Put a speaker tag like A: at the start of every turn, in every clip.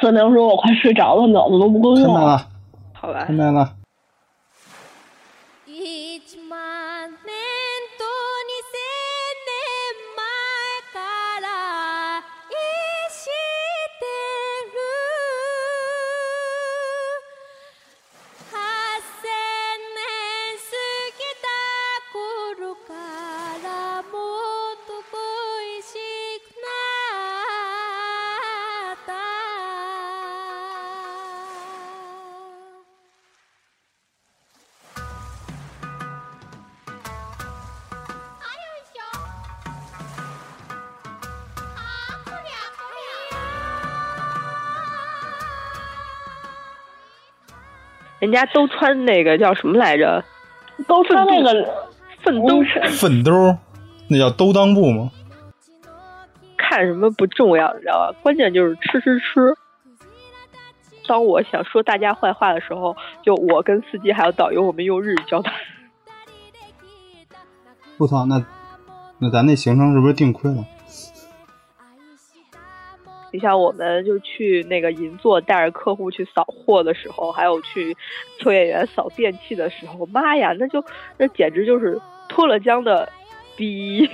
A: 可能说我快睡着了，脑子都不够
B: 看
A: 用
B: 到。了，
C: 好吧
B: 看，到了，
D: 1万年と2千年前から愛してる8000年過ぎた頃からもっと恋しくなった还有熊，啊，不了不了。
C: 人家都穿那个叫什么来着？
A: 都穿那个嗯
C: 奋斗
B: 粪兜儿，那叫兜裆布吗？
C: 看什么不重要，你知道吧？关键就是吃吃吃。当我想说大家坏话的时候，就我跟司机还有导游，我们用日语交谈。
B: 我操，那那咱那行程是不是定亏了？
C: 你像我们就去那个银座带着客户去扫货的时候，还有去秋叶原扫电器的时候，妈呀，那就那简直就是脱了缰的逼。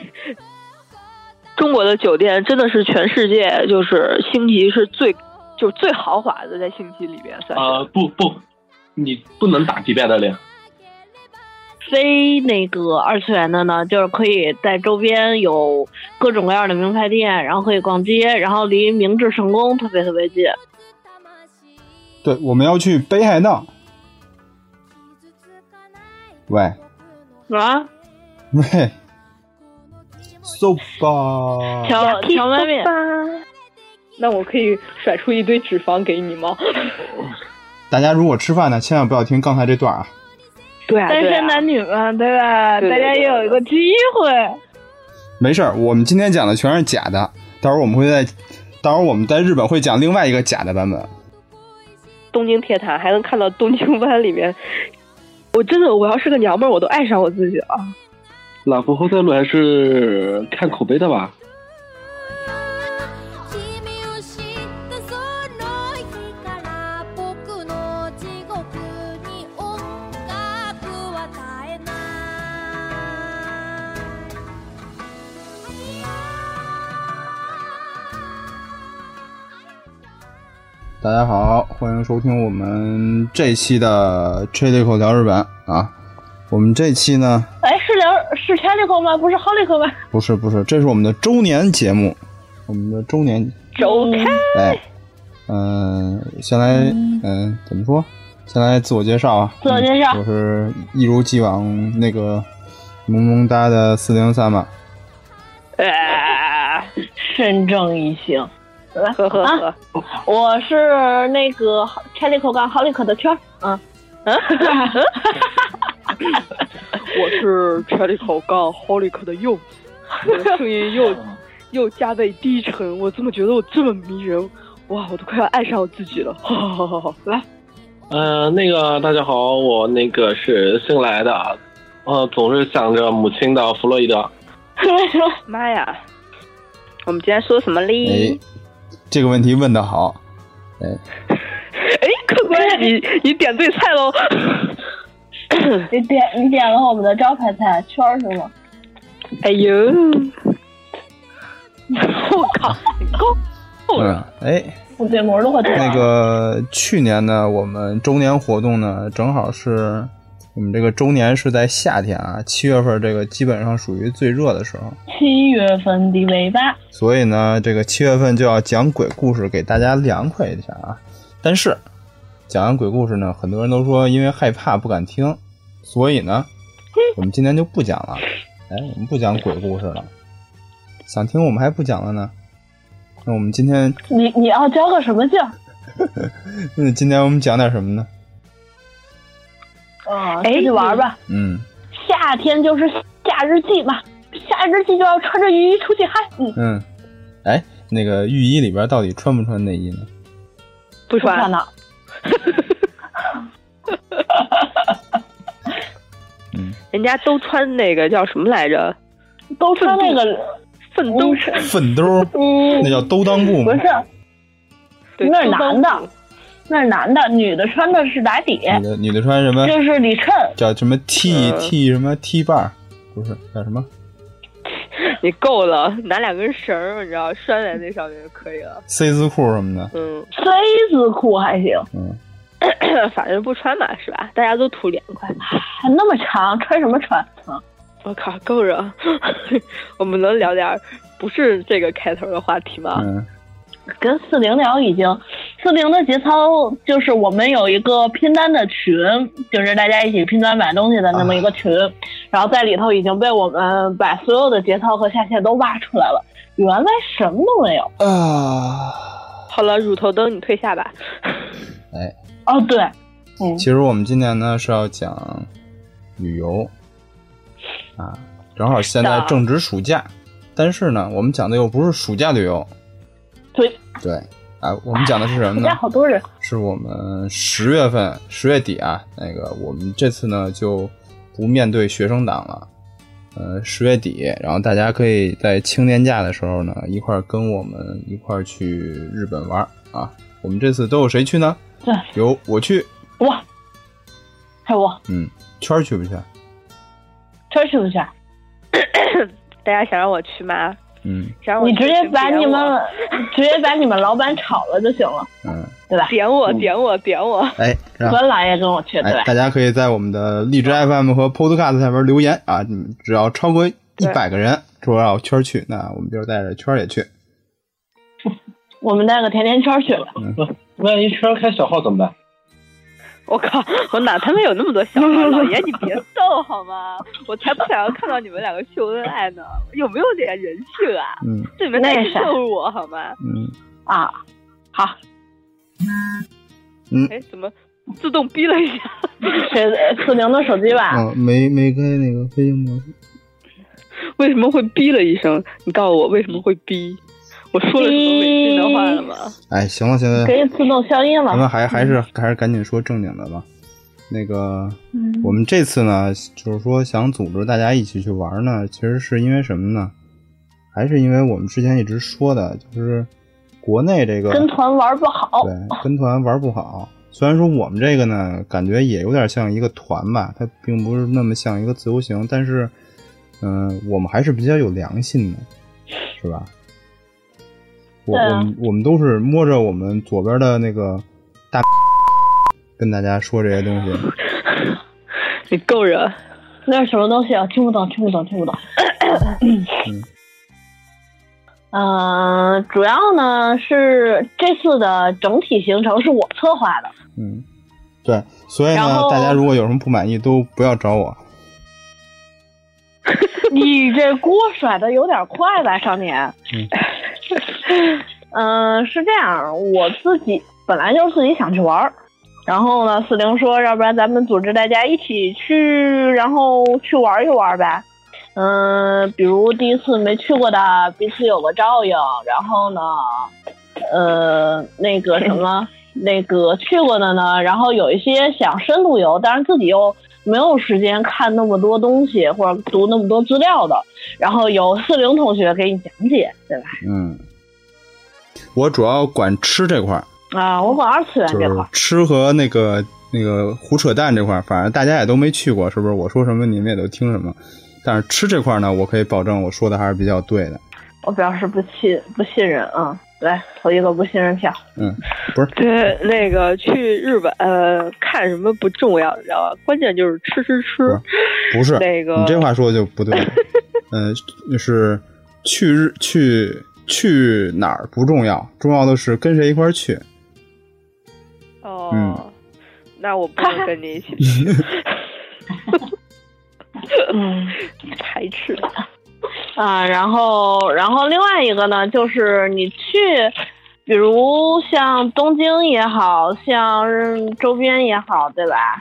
C: 中国的酒店真的是全世界就是星级是最就最豪华的，在星级里面算是、
E: 呃，不不，你不能打迪拜的脸。
F: 非那个二次元的呢，就是可以在周边有各种各样的名牌店，然后可以逛街，然后离明治神宫特别特别近。
B: 对，我们要去北海道。喂
F: 啊，
B: 喂，so 吧，
C: 啊
F: 荞荞麦面，
C: 那我可以甩出一堆脂肪给你吗？
B: 大家如果吃饭呢，千万不要听刚才这段啊。
C: 对啊，
F: 单
C: 对
F: 身
C: 啊
F: 男女嘛，对吧？
C: 对对对
F: 大家也有一个机会。
B: 没事儿，我们今天讲的全是假的，到时候我们会在，到时候我们在日本会讲另外一个假的版本。
C: 东京铁塔，还能看到东京湾里面。我真的，我要是个娘们儿，我都爱上我自己了。
E: 朗福后退路还是看口碑的吧。
D: 「君を知ったその日から僕の地獄に音楽は絶えない」
B: 大家好，欢迎收听我们这期的 c h i l i c o 聊日本啊。我们这期呢，
F: 哎，是聊是 c h e l i c o 吗？不是 Holico 吗？
B: 不是不是，这是我们的周年节目，我们的周年，
C: 走开！
B: 哎，嗯、先来，嗯、怎么说？先来自我介绍啊，
F: 自我介绍
B: 嗯我是一如既往那个萌萌哒的四零三嘛。
C: 啊，
F: 身正一行。
C: 呵呵呵，
F: 我是那个 c h e l i c o 杠 Holico 的圈儿，嗯，
C: 我是 c h e l i c o 杠 Holic 的柚子，我的声音 又又加倍低沉，我怎么觉得我这么迷人？哇，我都快要爱上我自己了！ 好好好好，来，
E: 呃，那个大家好，我那个是新来的啊，呃，总是想着母亲的弗洛伊德。
C: 妈呀！我们今天说什么
F: 嗯
B: 哎
C: 嘞？，
B: 这个问题问的好，
C: 哎，客官，你你点对菜喽！
A: 你点你点了我们的招牌菜圈儿是吗？
C: 哎 呦，我靠，够够了！
B: 嗯，哎，
A: 我对膜都快
F: 啊
A: 断了。
B: 那个去年呢，我们周年活动呢，正好是我们这个周年是在夏天啊，七月份这个基本上属于最热的时候，
A: 七月份的尾巴，
B: 所以呢，这个七月份就要讲鬼故事，给大家凉快一下啊。但是讲完鬼故事呢，很多人都说因为害怕不敢听，所以呢，我们今天就不讲了，哎，我们不讲鬼故事了，想听我们还不讲了呢。那我们今天，
A: 你你要交个什么劲？
B: 那嗯今天我们讲点什么呢？
A: 嗯，
C: 哎
A: 出去玩吧。
B: 嗯
A: 夏天就是夏日祭嘛，夏日祭就要穿着雨衣出去嗨。嗯，
B: 嗯，哎，那个浴衣里边到底穿不穿内衣呢？
C: 不
A: 不穿
C: 穿，
A: 了。
B: 嗯，
C: 人家都穿那个叫什么来着？
A: 都穿那个，嗯
C: 奋斗衫。
B: 粪兜儿，那叫兜裆布
A: 不
B: 吗
A: 是？
C: 对
A: 那是
C: 秋刀
A: 男的
C: 裤
A: 那是男的，女的穿的是打底，
B: 女的女的穿什么
A: 就是里衬。
B: 叫什么 T
C: 呃
B: T 什么 T 瓣儿，不是叫什么？
C: 你够了，拿两根绳儿，你知道，拴在那上面就可以了。
B: C 字裤什么的，
C: 嗯，
A: C 字裤还行，
C: 反正不穿嘛，是吧？大家都图凉快。
A: 还那么长，穿什么穿？啊，
C: 我靠，够热！ 我们能聊点儿不是这个开头的话题吗？
B: 嗯，
A: 跟四零聊已经，
F: 四零的节操就是我们有一个拼单的群，就是大家一起拼单买东西的那么一个群，然后在里头已经被我们把所有的节操和下线都挖出来了，原来什么都没有。
B: 啊，
C: 好了，乳头灯你退下吧。
F: 哦，对，
B: 其实我们今年呢是要讲旅游啊，正好现在
C: 是的
B: 正值暑假，但是呢，我们讲的又不是暑假旅游，
F: 对
B: 对啊，我们讲的是什么
A: 我
B: 呢
A: 家？好多人，
B: 是我们十月份十月底啊，那个我们这次呢就不面对学生党了。呃，十月底，然后大家可以在青年假的时候呢，一块儿跟我们一块儿去日本玩儿啊。我们这次都有谁去呢？
A: 对
B: 有我去，
F: 哎
A: 还有我
B: 嗯，圈儿去不去？
A: 这去不去？
C: 大家想让我去吗？
B: 嗯
C: 想让我
A: 你
C: 去
A: 直接
C: 请
A: 把
C: 点
A: 你
C: 我
A: 们直接把你们老板炒了就行了。
B: 嗯，
C: 点我
B: 嗯
C: 点我点我，
B: 哎，让
F: 文兰也跟我去，对
B: 哎，大家可以在我们的荔枝 FM 和 Podcast 下边留言啊，你们只要超过一百个人说要圈儿去，那我们就带着圈儿也去。
F: 我们带个甜甜圈去了。
E: 万一圈开小号怎么办？
C: 我靠！我哪他妈有那么多想法？老爷，你 别逗好吗？我才不想要看到你们两个秀恩爱呢！有没有点人性啊？
B: 嗯
C: 这你们在
F: 那是
C: 秀我好吗？
B: 嗯。
F: 啊，好，
C: 哎，怎么自动逼了一下？
F: 谁四零的手机吧？
B: 啊，没没开那个飞行模式。
C: 为什么会逼了一声？你告诉我为什么会逼？我说了什么违心的话了吗？
B: 哎，行了行了，
F: 可以自动消音
B: 咱
F: 了。
B: 们还还是还是赶紧说正经的吧。那个，
F: 嗯
B: 我们这次呢，就是说想组织大家一起去玩呢，其实是因为什么呢？还是因为我们之前一直说的，就是国内这个
F: 跟团玩不好，
B: 对跟团玩不好。虽然说我们这个呢，感觉也有点像一个团吧，它并不是那么像一个自由行，但是，嗯、我们还是比较有良心的，是吧？我
F: 对啊
B: 我们我们都是摸着我们左边的那个大跟大家说这些东西，
C: 你 够人！
F: 那是什么东西啊？听不懂，听不懂，听不懂。嗯、 呃，主要呢是这次的整体行程是我策划的，
B: 嗯，对，所以
F: 然
B: 呢，
F: 后
B: 大家如果有什么不满意，都不要找我。
F: 你这锅甩的有点快吧，少年？
B: 嗯
F: 嗯、是这样，我自己本来就是自己想去玩儿，然后呢，四零说，要不然咱们组织大家一起去，然后去玩一玩呗。嗯、比如第一次没去过的，彼此有个照应。然后呢，呃，那个什么，那个去过的呢，然后有一些想深度游，但是自己又没有时间看那么多东西或者读那么多资料的，然后有四零同学给你讲解，对吧？
B: 嗯，我主要管吃这块儿，
F: 啊，我管二次元
B: 就
F: 这块
B: 是
F: 儿，
B: 吃和那个那个胡扯淡这块儿，反正大家也都没去过，是不是？我说什么你们也都听什么。但是吃这块儿呢，我可以保证我说的还是比较对的。
F: 我表示不信不信任啊、来投一个不信任票。
C: 对，那个去日本呃看什么不重要，你知道吧？关键就是吃吃吃。
B: 不是，
C: 那个
B: 你这话说的就不对。嗯、就是去日去去哪儿不重要，重要的是跟谁一块儿去。
C: 哦，
B: 嗯
C: 那我不能跟你一起去，
F: 嗯
C: 排斥。
F: 啊，然后然后另外一个呢，就是你去，比如像东京也好像周边也好，对吧？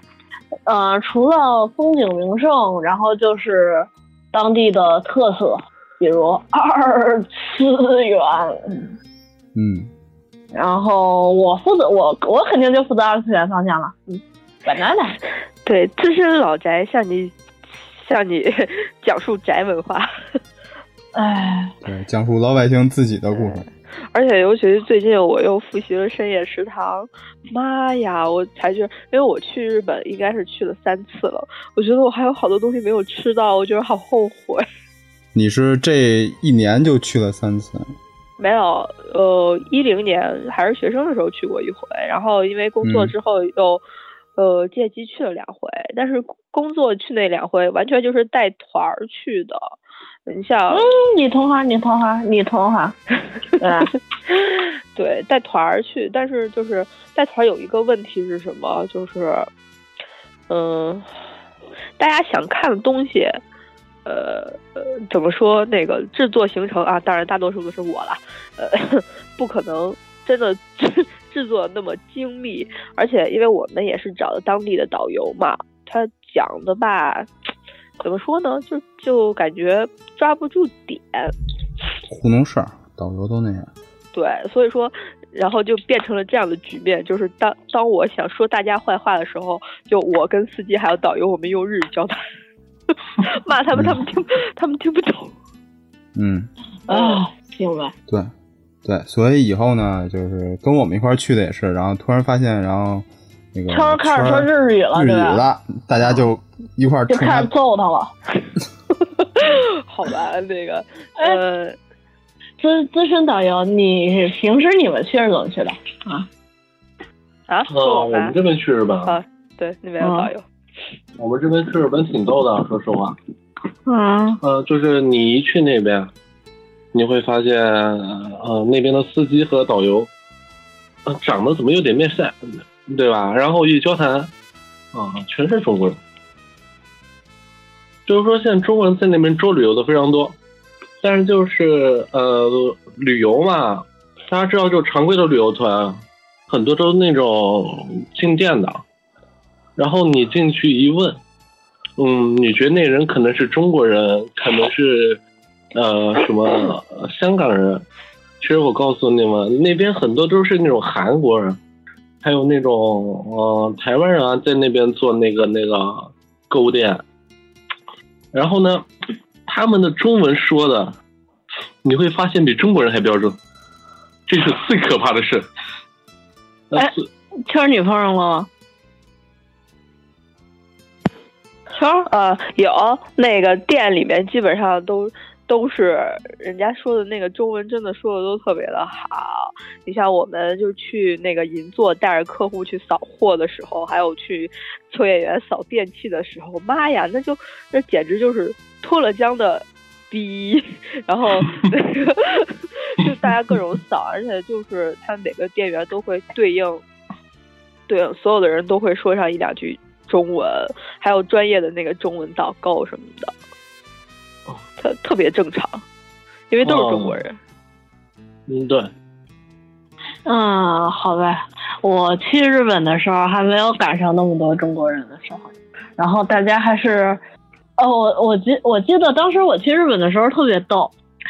F: 呃，除了风景名胜，然后就是当地的特色，比如二次元，
B: 嗯，
F: 然后我负责我我肯定就负责二次元方向了，嗯，本来的，
C: 对，资深老宅向你向你 讲述宅文化。
F: 哎，
B: 对，讲述老百姓自己的故事。
C: 而且尤其是最近我又复习了深夜食堂，妈呀，我才觉得，因为我去日本应该是去了三次了，我觉得我还有好多东西没有吃到，我觉得好后悔。
B: 你是这一年就去了三次，
C: 没有，呃，一零年还是学生的时候去过一回，然后因为工作
B: 嗯
C: 之后又，呃，借机去了两回，但是工作去那两回完全就是带团儿去的。你像，
F: 你同行，你同行，你同行，嗯，
C: 对，带团儿去，但是就是带团儿有一个问题是什么？就是，嗯，大家想看的东西，呃，呃怎么说那个制作行程啊？当然，大多数都是我了，呃， 不可能真的 制制作那么精密，而且因为我们也是找的当地的导游嘛，他讲的吧，怎么说呢？就就感觉抓不住点，
B: 糊弄事儿，导游都那样。
C: 对，所以说，然后就变成了这样的局面，就是当当我想说大家坏话的时候，就我跟司机还有导游，我们用日语交谈， 骂他们，他们
E: 嗯
C: 听他们听不懂。
B: 嗯，
F: 啊，明白。
B: 对，对，所以以后呢，就是跟我们一块儿去的也是，然后突然发现，然后那个
F: 圈儿开始说
B: 圈儿
F: 日语了，
B: 日
F: 对
B: 语
F: 吧？
B: 了，大家就一块儿
F: 就
B: 冲
F: 开
B: 他
F: 始揍他了。
C: 好吧，那个，
F: 哎
C: 呃，
F: 资资深导游，你平时你们去是怎么去的？
C: 啊，
E: 嗯，我
C: 说吧
E: 们这边去日本，
C: 啊对，那边有
F: 哦
C: 导游，
E: 我们这边去日本挺逗的，说实话。
F: 嗯，
E: 呃，就是你一去那边，你会发现，呃，那边的司机和导游，呃，长得怎么有点面善，对吧？然后一交谈，啊、全是中国人。就是说，现在中国人在那边周旅游的非常多，但是就是呃，旅游嘛，大家知道，就常规的旅游团，很多都是那种进店的，然后你进去一问，嗯，你觉得那人可能是中国人，可能是呃什么呃香港人？其实我告诉你们，那边很多都是那种韩国人，还有那种呃台湾人啊，在那边做那个那个购物店。然后呢，他们的中文说的，你会发现比中国人还标准，这是最可怕的事。呃
F: 哎
E: 所
F: 圈儿你碰上了吗？
C: 圈儿啊，有那个店里面基本上都。都是人家说的那个中文，真的说的都特别的好。你像我们就去那个银座带着客户去扫货的时候，还有去秋叶原扫电器的时候，妈呀，那就那简直就是脱了缰的逼。然后那个就大家各种扫，而且就是他每个店员都会对应对应所有的人都会说上一两句中文，还有专业的那个中文导购什么的，特特别正常，因为都是中国人。
E: 嗯，对，
F: 嗯，好呗。我去日本的时候还没有赶上那么多中国人的时候，然后大家还是，哦，我我记我记得当时我去日本的时候特别逗，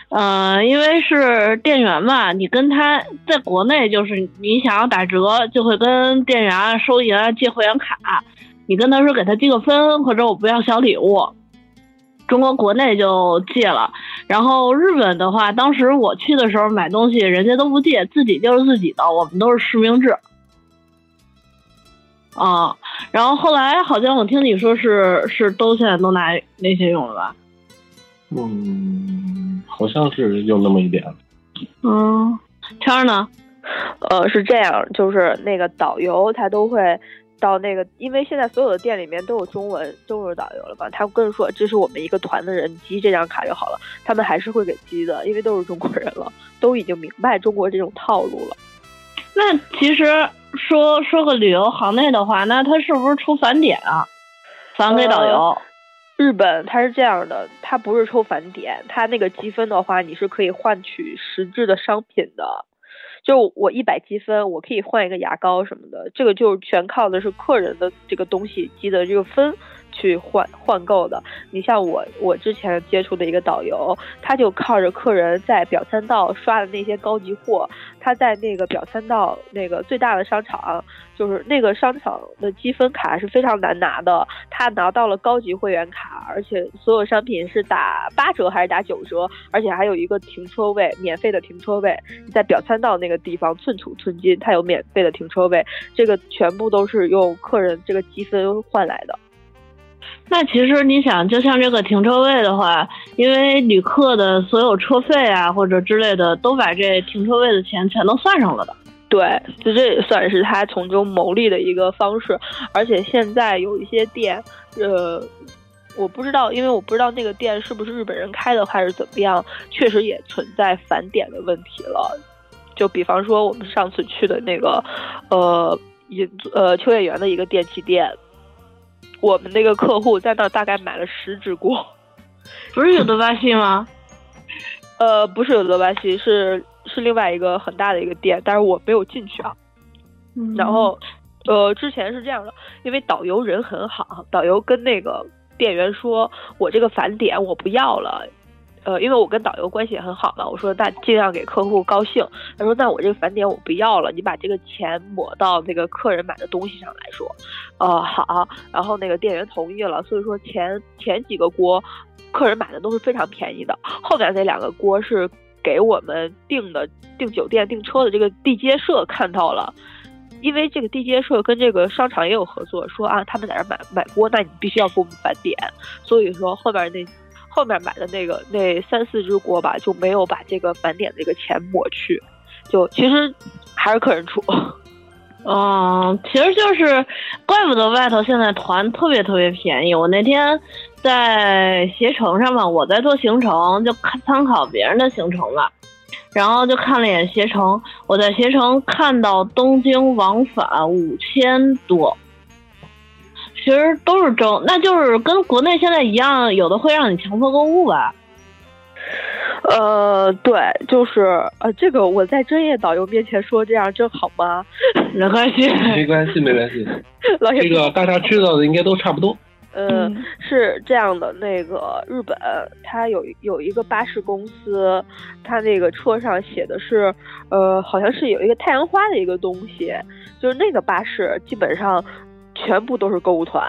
F: 呃，因为是店员嘛，你跟他在国内就是你想要打折就会跟店员啊收银啊借会员卡，你跟他说给他积个分或者我不要小礼物，中国国内就借了。然后日本的话，当时我去的时候买东西，人家都不借，自己就是自己的，我们都是实名制。啊，然后后来好像我听你说是是都现在都拿那些用了吧？
E: 嗯，好像是有那么一点。
F: 嗯，圈儿呢？
C: 呃，是这样，就是那个导游他都会到那个，因为现在所有的店里面都有中文中文导游了嘛，他跟你说这是我们一个团的人，你集这张卡就好了，他们还是会给集的，因为都是中国人了，都已经明白中国这种套路了。
F: 那其实说说个旅游行内的话，那他是不是出返点啊？返给导游？
C: 日本它是这样的，它不是抽返点，它那个积分的话，你是可以换取实质的商品的。就我一百积分，我可以换一个牙膏什么的，这个就全靠的是客人的这个东西积的这个分去换换购的。你像我，我之前接触的一个导游，他就靠着客人在表参道刷的那些高级货，他在那个表参道那个最大的商场，就是那个商场的积分卡是非常难拿的，他拿到了高级会员卡，而且所有商品是打八折还是打九折，而且还有一个停车位，免费的停车位，在表参道那个地方寸土寸金，它有免费的停车位，这个全部都是用客人这个积分换来的。
F: 那其实你想，就像这个停车位的话，因为旅客的所有车费啊或者之类的，都把这停车位的钱全都算上了的。
C: 对，就这也算是他从中牟利的一个方式。而且现在有一些店，呃，我不知道，因为我不知道那个店是不是日本人开的，还是怎么样，确实也存在返点的问题了。就比方说我们上次去的那个，呃，银呃秋叶原的一个电器店，我们那个客户在那儿大概买了十只锅。
F: 不是有的 巴西吗？
C: 呃，不是有德巴西，是是另外一个很大的一个店，但是我没有进去啊。然后，呃，之前是这样的，因为导游人很好，导游跟那个店员说，我这个返点我不要了。呃，因为我跟导游关系也很好嘛，我说那尽量给客户高兴。他说那我这个返点我不要了，你把这个钱抹到那个客人买的东西上来说。哦，好。然后那个店员同意了，所以说前前几个锅客人买的都是非常便宜的，后面那两个锅是给我们订的订酒店订车的这个地接社看到了。因为这个地接社跟这个商场也有合作，说啊，他们在这儿买买锅，那你必须要给我们返点。所以说后面那后面买的那个那三四只锅吧，就没有把这个返点这个钱抹去，就其实还是客人出。
F: 嗯，其实就是，怪不得外头现在团特别特别便宜。我那天在携程上嘛，我在做行程，就看参考别人的行程嘛，然后就看了一眼携程，我在携程看到东京往返五千多，其实都是中，那就是跟国内现在一样，有的会让你强迫购物吧。
C: 呃，对，就是呃，这个我在专业导游面前说这样真好吗？
F: 没关系，
E: 没关系，没关系，
C: 老铁，
E: 这个大家知道的应该都差不多。
C: 呃，是这样的，那个日本它有有一个巴士公司，它那个车上写的是，呃，好像是有一个太阳花的一个东西，就是那个巴士基本上全部都是购物团，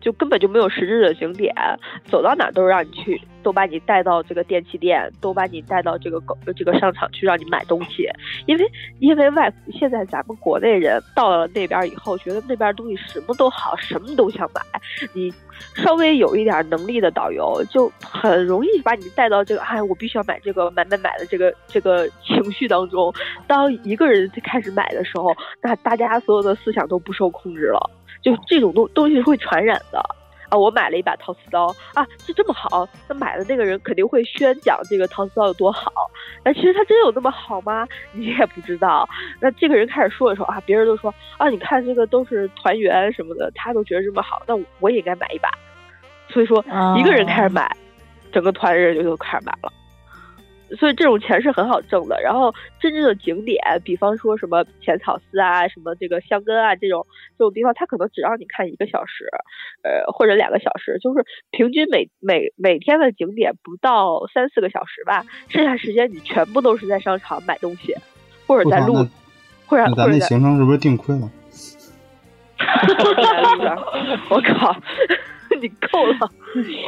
C: 就根本就没有实质的景点，走到哪儿都让你去，都把你带到这个电器店，都把你带到这个购这个商场去让你买东西，因为因为外现在咱们国内人到了那边以后，觉得那边东西什么都好，什么都想买。你稍微有一点能力的导游，就很容易把你带到这个哎，我必须要买这个买买买的这个这个情绪当中。当一个人开始买的时候，那大家所有的思想都不受控制了，就这种东东西是会传染的。啊，我买了一把陶瓷刀啊，这这么好，那买的那个人肯定会宣讲这个陶瓷刀有多好。那其实它真有那么好吗？你也不知道。那这个人开始说的时候啊，别人都说啊，你看这个都是团员什么的，他都觉得这么好，那我也应该买一把。所以说，一个人开始买，整个团人就就开始买了。所以这种钱是很好挣的。然后真正的景点，比方说什么浅草寺啊、什么这个香根啊这种这种地方，它可能只让你看一个小时，呃，或者两个小时，就是平均每每每天的景点不到三四个小时吧，剩下时间你全部都是在商场买东西，或者在
B: 我
C: 路
B: 操，
C: 或者
B: 那咱
C: 或者
B: 那
C: 在
B: 行程是不是定亏了？
C: 路边 儿，我靠，你够了。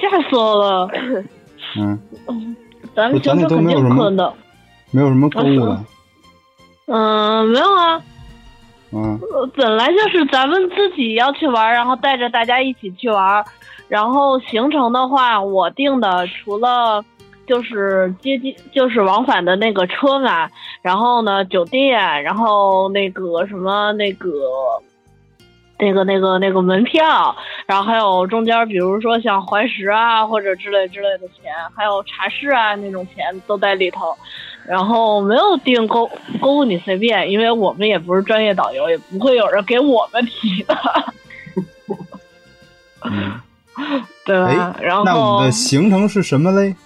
F: 吓死我了！
B: 嗯，
F: 咱们行
B: 咱
F: 程
B: 那都
F: 肯
B: 没有
F: 定
B: 什么
F: 可能，
B: 没有什么购物的。
F: 嗯，没有啊。
B: 嗯，
F: 呃，本来就是咱们自己要去玩儿，然后带着大家一起去玩儿。然后行程的话，我定的除了就是接机，就是往返的那个车嘛，然后呢酒店，然后那个什么那个。呃那个、那个、那个门票，然后还有中间，比如说像环食啊或者之类之类的钱，还有茶室啊那种钱都在里头。然后没有订购购物，你随便，因为我们也不是专业导游，也不会有人给我们提的，
B: 嗯
F: 对吧？
B: 哎
F: 然
B: 那我
F: 后
B: 们的，行程是什么嘞？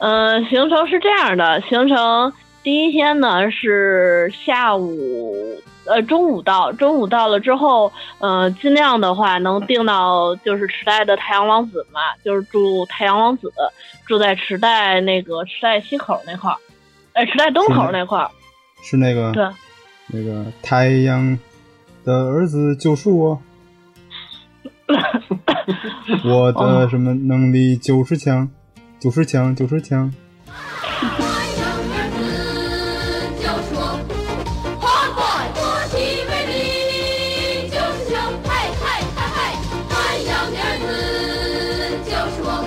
F: 嗯、行程是这样的，行程第一天呢是下午，呃中午到，中午到了之后，呃，尽量的话能订到就是池袋的太阳王子嘛，就是住太阳王子，住在池袋那个池袋西口那块儿，哎，池袋东口那块儿，
B: 是那个
F: 对
B: 那个太阳的儿子就 是我，我
F: 哦
B: 的什么能力九十强，九十强，九十强。
D: 太阳儿子就是我，花冠多体美丽就是我，嗨嗨嗨嗨！太阳儿子就是我，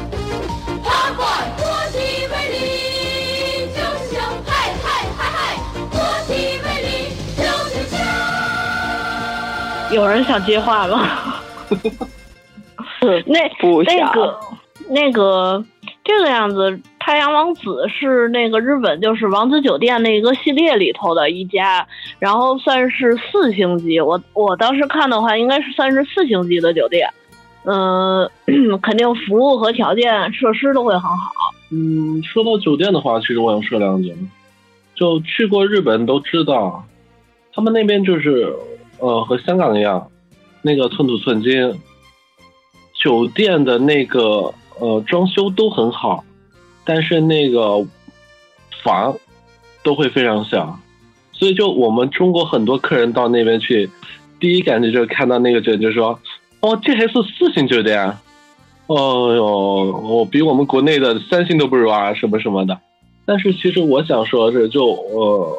D: 花冠多体美丽就是我，嗨嗨嗨嗨！多体美丽就是我。
F: 有人想接话吗？那
C: 不想
F: 那个那个这个样子，太阳王子是那个日本就是王子酒店那个系列里头的一家，然后算是四星级。我我当时看的话，应该是算是四星级的酒店，嗯、 肯定服务和条件、设施都会很好。
E: 嗯，说到酒店的话，其实我想说两句。就去过日本都知道，他们那边就是呃和香港一样，那个寸土寸金，酒店的那个呃装修都很好，但是那个房都会非常小，所以就我们中国很多客人到那边去，第一感觉就是看到那个酒店就说，哦，这还是四星酒店啊。哦哟，我比我们国内的三星都不如啊，什么什么的。但是其实我想说的是，就呃，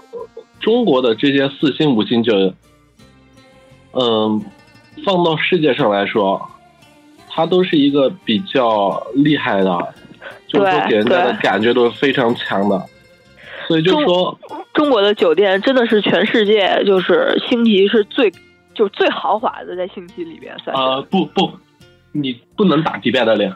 E: 中国的这些四星、五星酒店，嗯、放到世界上来说，它都是一个比较厉害的，就是说
C: 对
E: 给人家的
C: 对
E: 感觉都是非常强的。所以就
C: 中
E: 说，
C: 中国的酒店真的是全世界就是星级是最就是最豪华的，在星级里面算是
E: 啊、不不，你不能打迪拜的脸。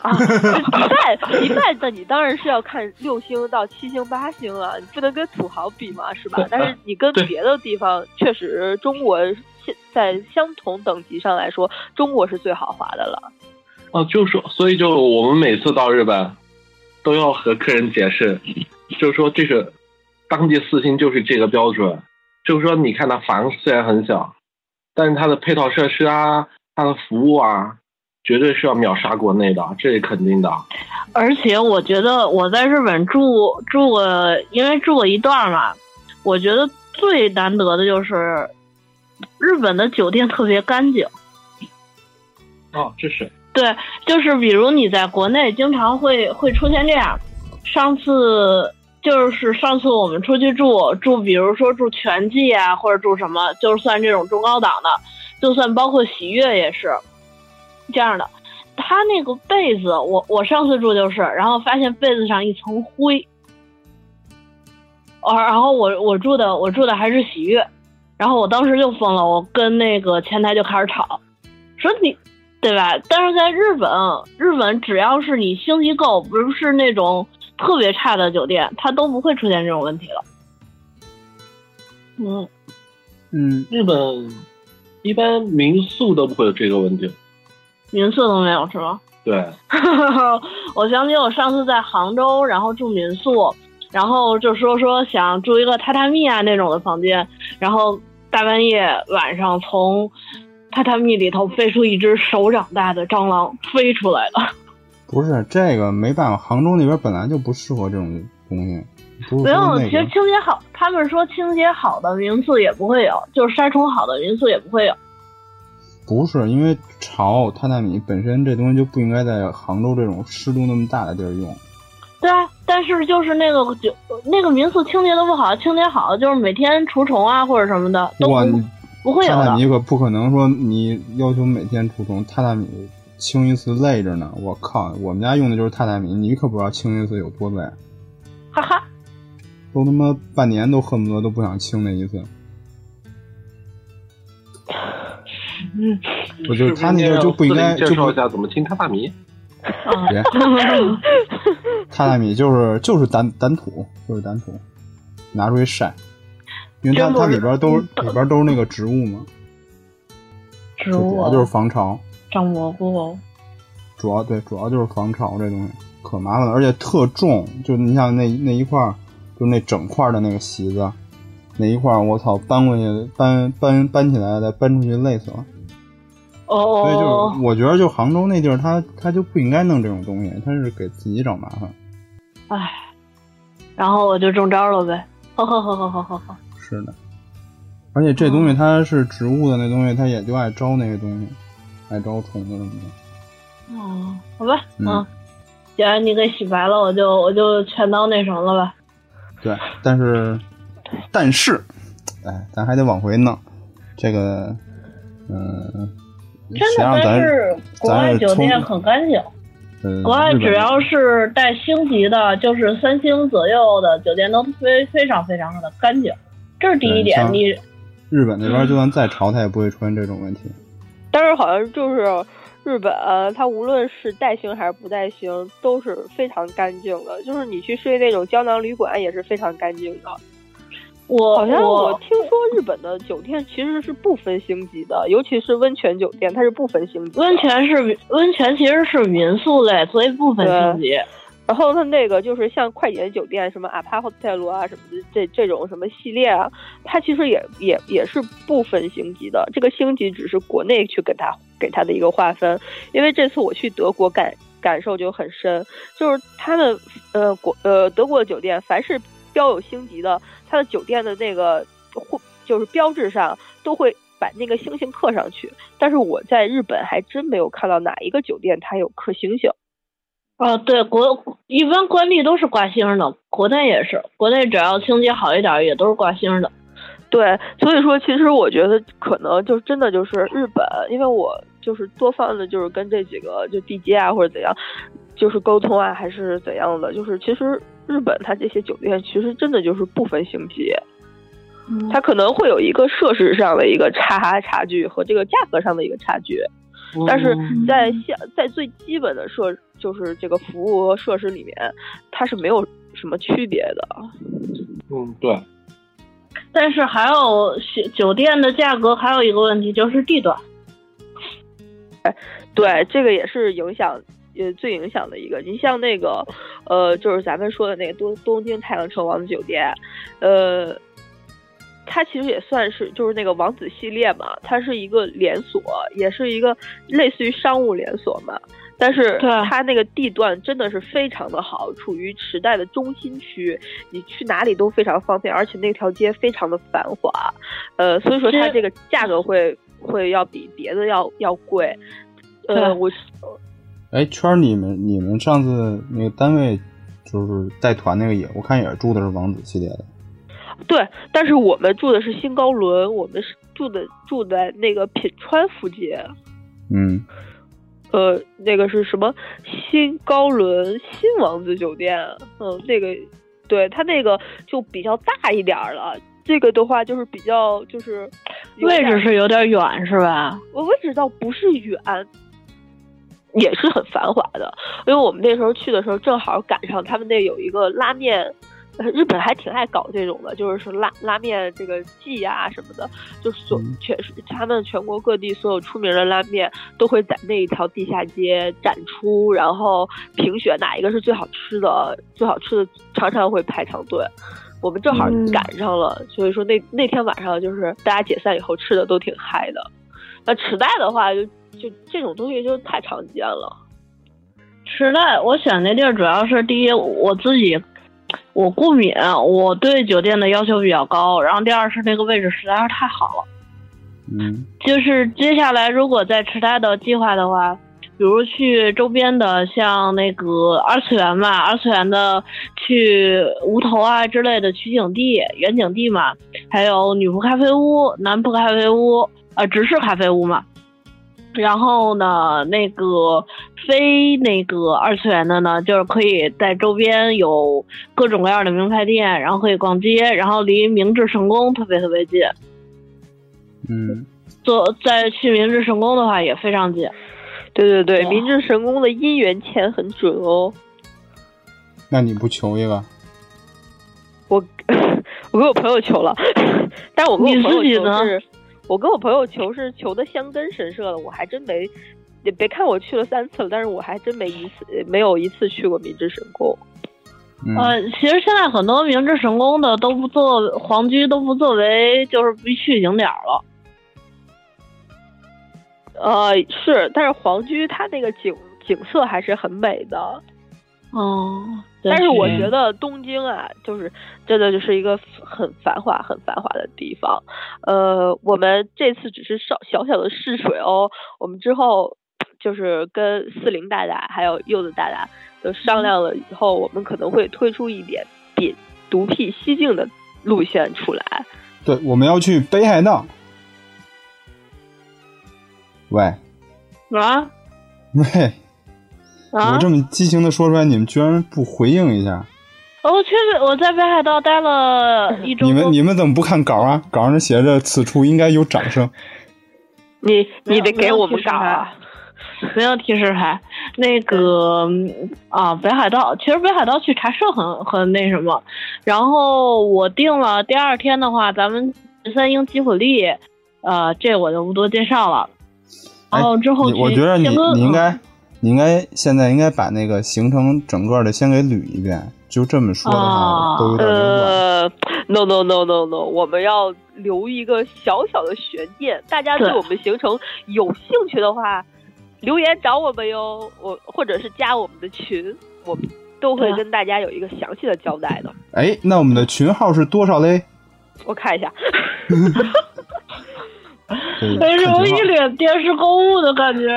C: 啊，迪拜迪拜的你当然是要看六星到七星八星了，你不能跟土豪比嘛，是吧
E: 对？
C: 但是你跟
E: 对
C: 别的地方，确实中国现在相同等级上来说，中国是最豪华的了。
E: 哦、就说，所以就我们每次到日本，都要和客人解释，就是说这是当地四星就是这个标准，就是说你看它房虽然很小，但是它的配套设施啊，它的服务啊，绝对是要秒杀国内的，这是肯定的。
F: 而且我觉得我在日本住住过，因为住过一段嘛，我觉得最难得的就是日本的酒店特别干净。
E: 哦，这是
F: 对，就是比如你在国内经常会会出现这样，上次就是上次我们出去住住，比如说住全季啊，或者住什么，就是算这种中高档的，就算包括喜悦也是这样的。它那个被子，我我上次住就是，然后发现被子上一层灰，哦，然后我我住的我住的还是喜悦，然后我当时就疯了，我跟那个前台就开始吵，说你对吧？但是在日本，日本只要是你星级够，不是那种特别差的酒店，它都不会出现这种问题了。嗯，
B: 嗯，
E: 日本一般民宿都不会有这个问题。
F: 民宿都没有是吗？
E: 对，
F: 我想起我上次在杭州，然后住民宿，然后就说说想住一个榻榻米啊那种的房间，然后大半夜晚上从榻榻米里头飞出一只手掌大的蟑螂飞出来了。
B: 不是这个没办法，杭州那边本来就不适合这种东西，不是
F: 没
B: 说
F: 有，
B: 那
F: 其实
B: 个。
F: 清洁好，他们说清洁好的民宿也不会有，就是杀虫好的民宿也不会有。
B: 不是因为潮榻榻米本身这东西就不应该在杭州这种湿度那么大的地儿用。
F: 对啊，但是就是那个就那个民宿清洁的不好，清洁好的就是每天除虫啊或者什么的都
B: 哇，
F: 不
B: 你
F: 不会有
B: 榻榻
F: 的。
B: 米可不可能说你要求每天除虫，榻榻米清一次累着呢。我靠，我们家用的就是榻榻米，你可不知道清一次有多累，
F: 哈哈，
B: 都他妈半年都恨不得都不想清那一 次。
F: 嗯，
B: 我觉得他那
E: 是
B: 个
E: 是
B: 就不应该
E: 介
B: 就
E: 绍
B: 不
E: 一下怎么清榻榻米。
F: 啊
B: 别榻榻米就是就是单单土，就是单土，拿出去晒，因为它
F: 真不
B: 它
F: 是
B: 里边都是里边都是那个植物嘛，
F: 嗯植
B: 就
F: 物哦
B: 主要就是防潮，
F: 长蘑菇，哦
B: 主要对主要就是防潮这东西可麻烦了，而且特重，就你像那那一块儿，就那整块儿的那个席子，哪一块儿我操搬过去搬搬搬起来再搬出去累死了。所以
F: 哦
B: 就，是我觉得就杭州那地儿，它它就不应该弄这种东西，它是给自己找麻烦。
F: 然后我就中招了呗。呵呵呵呵呵呵呵。
B: 是的，而且这
F: 哦
B: 东西它是植物的，那东西它也就爱招那些东西，爱招虫子什么的。
F: 哦，好吧，
B: 嗯
F: 嗯，既然你给洗白了，我就我就全当那什么了吧。
B: 对，但是但是，哎，咱还得往回弄。这个，嗯、
F: 真
B: 谁让
F: 的，
B: 啊咱
F: 但是国外
B: 咱是
F: 酒店
B: 冲
F: 很干净，
B: 呃，
F: 国外
B: 日本
F: 只要是带星级的，就是三星左右的酒店都非非常非常的干净，这是第一
B: 对
F: 点。
B: 像
F: 你
B: 日本那边就算再潮，它也不会出现这种问题。
C: 但是好像就是日本，呃它无论是带星还是不带星，都是非常干净的。就是你去睡那种胶囊旅馆也是非常干净的。
F: 我
C: 好像我
F: 我
C: 听说日本的酒店其实是不分星级的，尤其是温泉酒店，它是不分星级的。
F: 温泉是温泉，其实是民宿类，所以不分星级。
C: 然后它那个就是像快捷酒店，什么 APA Hotel 啊什么的，这这种什么系列啊，它其实也也也是不分星级的。这个星级只是国内去给它给它的一个划分。因为这次我去德国感感受就很深，就是他们呃国呃德国的酒店，凡是标有星级的，它的酒店的那个会就是标志上都会。把那个星星刻上去，但是我在日本还真没有看到哪一个酒店它有刻星星。
F: 哦，对，国一般官吏都是挂星的，国内也是，国内只要星级好一点，也都是挂星的。
C: 对，所以说其实我觉得可能就真的就是日本，因为我就是多方的，就是跟这几个就地接啊或者怎样，就是沟通啊还是怎样的，就是其实日本它这些酒店其实真的就是不分星级，它可能会有一个设施上的一个差差距和这个价格上的一个差距，
B: 嗯
C: 但是嗯
F: 嗯
C: 在下在最基本的设就是这个服务和设施里面，它是没有什么区别的。
E: 嗯，对，
F: 但是还有酒酒店的价格，还有一个问题就是地段。
C: 对，这个也是影响，呃，最影响的一个。你像那个，呃，就是咱们说的那个东东京太阳城王子酒店，呃，它其实也算是就是那个王子系列嘛，它是一个连锁，也是一个类似于商务连锁嘛。但是
F: 对
C: 它那个地段真的是非常的好，处于时代的中心区，你去哪里都非常方便，而且那条街非常的繁华，呃，所以说它
F: 是
C: 这个价格会会要比别的要要贵，
F: 对
C: 呃，我是
B: 哎，圈儿，你们你们上次那个单位就是带团那个也，我看也是住的是王子系列的。
C: 对，但是我们住的是新高伦，我们是住的住在那个品川附近，
B: 嗯，
C: 呃，那个是什么新高伦新王子酒店，嗯，那个对它那个就比较大一点儿了。这个的话就是比较就是有
F: 位
C: 点
F: 置是有点远，是吧？
C: 我位置倒不是远，也是很繁华的。因为我们那时候去的时候，正好赶上他们那有一个拉面，呃日本还挺爱搞这种的，就是说拉拉面这个季啊什么的，就是所
B: 嗯
C: 全是他们全国各地所有出名的拉面都会在那一条地下街展出，然后评选哪一个是最好吃的，最好吃的常常会排长队。我们正好
F: 嗯
C: 赶上了，所以说那那天晚上就是大家解散以后吃的都挺嗨的。那池袋的话就，就这种东西就太常见了。
F: 池袋，我选那地儿主要是第一，我自己我过敏，我对酒店的要求比较高。然后第二是那个位置实在是太好了，
B: 嗯，
F: 就是接下来如果在池袋的计划的话，比如去周边的像那个二次元嘛，二次元的去无头啊之类的取景地、远景地嘛，还有女仆咖啡屋、男仆咖啡屋，呃，直视咖啡屋嘛。然后呢，那个非那个二次元的呢，就是可以在周边有各种各样的名牌店，然后可以逛街，然后离明治神宫特别特别近。
B: 嗯，
F: 坐再去明治神宫的话也非常近。
C: 对对对，
F: 哇
C: 明治神宫的姻缘钱很准哦。
B: 那你不求一个？
C: 我 我跟我朋友求了， 但是我跟我
F: 你
C: 朋友
F: 自己
C: 求
F: 呢
C: 是，我跟我朋友求是求的香根神社的，我还真没。也别看我去了三次了，但是我还真没一次没有一次去过明治神宫。
B: 嗯
F: 呃，其实现在很多明治神宫的都不做皇居，都不作为就是必去景点儿了。
C: 呃，是，但是皇居它那个景景色还是很美的。
F: 哦，
C: 但是我
B: 嗯
C: 觉得东京啊，就是真的就是一个很繁华、很繁华的地方。呃，我们这次只是少小小的试水哦，我们之后就是跟四零大大还有柚子大大就商量了以后，我们可能会推出一点比独辟蹊径的路线出来。
B: 对，我们要去北海道。喂
F: 啊
B: 喂，
F: 啊
B: 我！这么激情的说出来，你们居然不回应一下？
F: 我哦确实我在北海道待了一周多
B: 你们你们怎么不看稿啊？稿上写着此处应该有掌声。
C: 你
F: 没
C: 你
F: 有
C: 得给我们
F: 没有
C: 搞啊！
F: 没有提示牌。那个嗯啊，北海道其实北海道去茶社很很那什么。然后我定了第二天的话，咱们三英吉普力，呃，这我就不多介绍了。然后之后
B: 哎你
F: 去
B: 我觉得你
F: 仙根
B: 你应该你应该现在应该把那个行程整个的先给捋一遍，就这么说的话
F: 啊
B: 都有点乱。
C: 呃，no no no no no，我们要留一个小小的悬念，大家对
F: 对
C: 我们行程有兴趣的话，留言找我们哟，我或者是加我们的群，我们都会
F: 对啊
C: 跟大家有一个详细的交代的。
B: 哎，那我们的群号是多少嘞？
C: 我看一下，
B: 可
F: 为
B: 以看
F: 什
B: 群
F: 么
B: 号
F: 一脸电视购物的感 觉？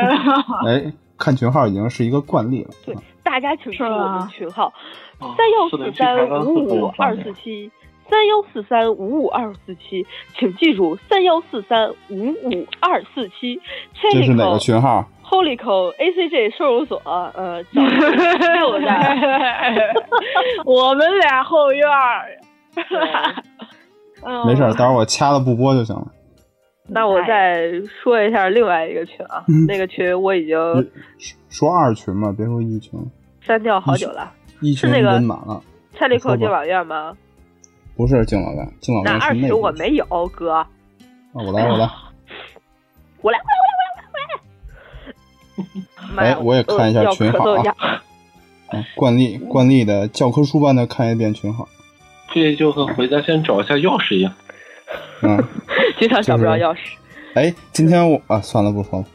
B: 哎，看群号已经是一个惯例了。
C: 对大家请记
F: 是
C: 我
F: 啊
C: 们群号
E: 啊
C: 三幺
E: 是的
C: 四
E: 去台
C: 三五
E: 湾会很
C: 五
E: 有画
C: 二
E: 面
C: 四七。三幺四三五五二四七，请记住三幺四三五五二四七。
B: 这是哪个群号？
C: Holico ACG 收容所，呃，找 六代，
F: 我们俩后院儿。哦嗯
B: 没事儿，到时候我掐了不播就行了。
C: 那我再说一下另外一个群啊，
B: 嗯
C: 那个群我已经
B: 说二群嘛，别说一群，
C: 删掉好久了。
B: 一群
C: 是那个
B: 人满了。说
C: Holico
B: 吧
C: 敬老院吗？
B: 不是敬老院，敬老
C: 那
B: 院
C: 二
B: 是内
C: 群
B: 部
C: 我
B: 的
C: 没有，哥，
B: 啊，我 来，我来，
C: 我来，我来，我来，我来，我来。妈
B: 哎
C: 呀，
B: 我也看一下
C: 呃要
B: 群
C: 咳
B: 号
C: 嗽一 下
B: 啊。啊，惯例惯例的教科书般的看一遍群号，
E: 这就和回家先找一下钥匙一 样。
B: 嗯，
C: 经常找不着
B: 就是
C: 钥匙。
B: 哎，今天我啊，算了，不说了。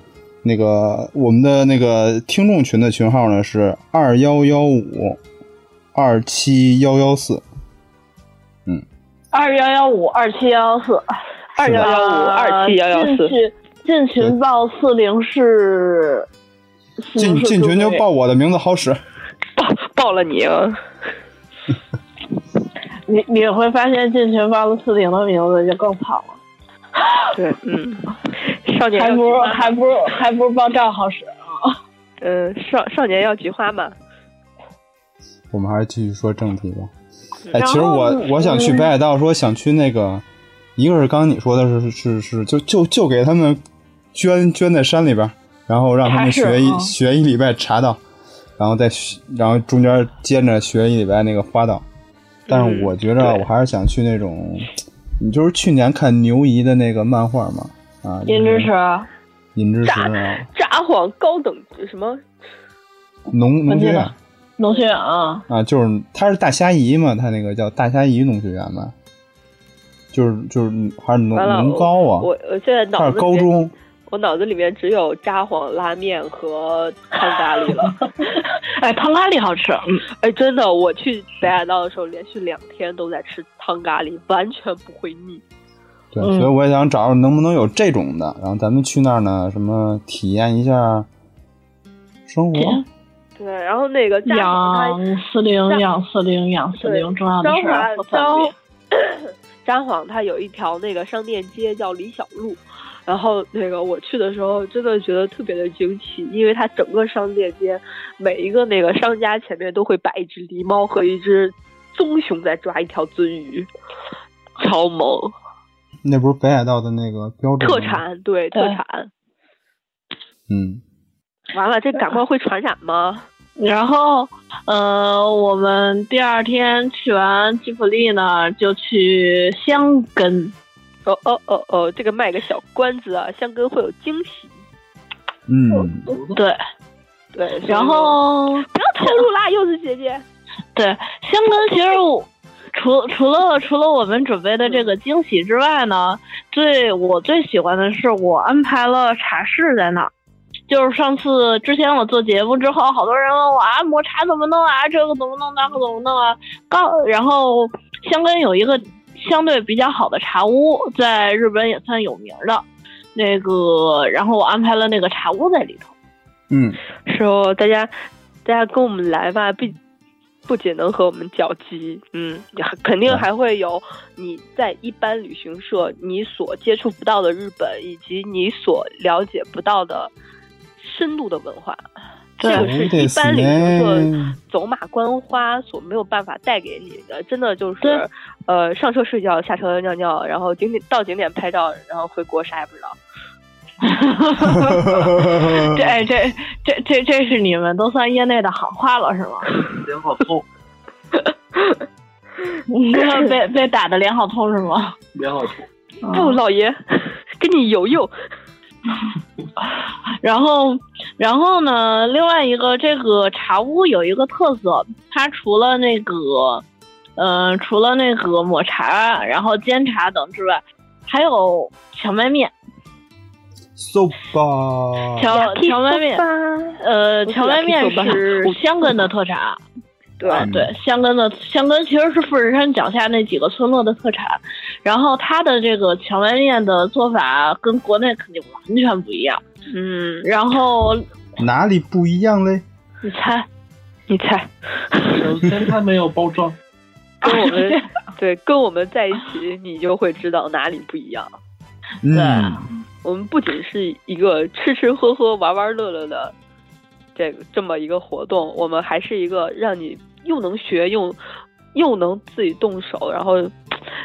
B: 那个我们的那个听众群的群号呢是二幺幺五二七幺幺四，
F: 二幺幺五二七幺四，
C: 二幺幺五二七幺幺四
F: 呃进，去进群报四零是
B: 进进群就。报我的名字好使。
C: 报报了你啊，
F: 你你会发现进群报了四零的名字就更惨了，
C: 对，嗯，少年
F: 还
C: 要
F: 不
C: 菊
F: 如
C: 花吗
F: 还不如还不如报账好使。
C: 嗯，少少年要菊花嘛。
B: 我们还是继续说正题吧。哎，
F: 然后
B: 其实我我想去
F: 嗯
B: 北海道，说想去那个，一个是刚刚你说的是是是，就就就给他们捐捐在山里边儿，然后让他们
F: 茶室
B: 学一、
F: 嗯
B: 学一礼拜茶道，然后再学然后中间接着学一礼拜那个花道。但是我觉着我还是想去那种，你就是去年看牛姨的那个漫画嘛，啊，
F: 银之
B: 就是
F: 石，
B: 银之石
C: 大
B: 啊，
C: 札幌高等什么？
B: 农农
F: 我记
B: 学
F: 得
B: 院
F: 农学院啊，
B: 啊，就是它是大虾夷嘛，它那个叫大虾夷农学院嘛，就是就是还是农
C: 完了
B: 农高啊，
C: 我我现在
B: 它
C: 脑
B: 是
C: 子
B: 高
C: 里面
B: 中，
C: 我脑子里面只有札幌拉面和汤咖喱了。
F: 哎，汤咖喱好吃，嗯，
C: 哎，真的，我去北海道的时候，连续两天都在吃汤咖喱，完全不会腻。
B: 对，
F: 嗯
B: 所以我也想找找能不能有这种的，然后咱们去那儿呢，什么体验一下生
C: 哎
B: 活，
C: 对，然后那个札幌
F: 嗯养四零
C: 让
F: 养四零养四
C: 对啊
F: 零重要的
C: 它，札
F: 啊事儿
C: 幌
F: 不方便。
C: 札札幌它有一条那个商店街叫李小璐，然后那个我去的时候真的觉得特别的惊奇，因为它整个商店街每一个那个商家前面都会摆一只狸猫和一只棕熊在抓一条鳟鱼，超萌。
B: 那不是北海道的那个标志吗
C: 特，产，对
F: 嗯
C: 特
F: 对
C: 产。
B: 嗯，
C: 完了，这感冒会传染吗？
F: 然后，呃，我们第二天去完吉普力呢，就去香根。
C: 哦哦哦哦，这个卖个小关子啊，香根会有惊喜。
B: 嗯，
F: 对，
C: 哦对，所以
F: 然后
C: 嗯不要透露啦，柚子姐姐。
F: 对，香根其实我除除了除了我们准备的这个惊喜之外呢，最我最喜欢的是我安排了茶室在那儿。就是上次之前我做节目之后，好多人问我啊，抹茶怎么弄啊，这个怎么弄，那个怎么弄啊。刚然后香根有一个相对比较好的茶屋，在日本也算有名的。那个，然后我安排了那个茶屋在里头。
B: 嗯，
C: 说大家大家跟我们来吧，不不仅能和我们搅基，嗯，也还肯定还会有你在一般旅行社你所接触不到的日本，以及你所了解不到的深度的文化。这
F: 对
C: 个是一般旅行社走马观花所没有办法带给你的，真的就是
F: 对，
C: 呃，上车睡觉，下车尿尿，然后景点到景点拍照，然后回国啥也不知道。
F: 这哎这这这这是你们都算业内的行话了是吗？
E: 脸好痛，
F: 被被打的脸好痛是吗？
E: 脸好痛。
F: 哦
C: 不，老爷， 跟你游游。
F: 然后，然后呢？另外一个，这个茶屋有一个特色，它除了那个，呃，除了那个抹茶，然后煎茶等之外，还有荞麦面。
B: so 吧，
F: 荞荞麦面，呃，
C: 不是
F: 荞麦面
C: yakisoba
F: 是香根的特 产。
C: 对
F: 啊对，香根的香根其实是富士山脚下那几个村落的特产，然后它的这个荞麦面的做法跟国内肯定完全不一样。
C: 嗯，
F: 然后
B: 哪里不一样嘞？
F: 你猜，
C: 你猜，
E: 首先它没有包装，
C: 跟我们对跟我们在一起，你就会知道哪里不一样。
B: 嗯，
C: 我们不仅是一个吃吃喝喝、玩玩乐乐的这个这么一个活动，我们还是一个让你又能学又又能自己动手，然后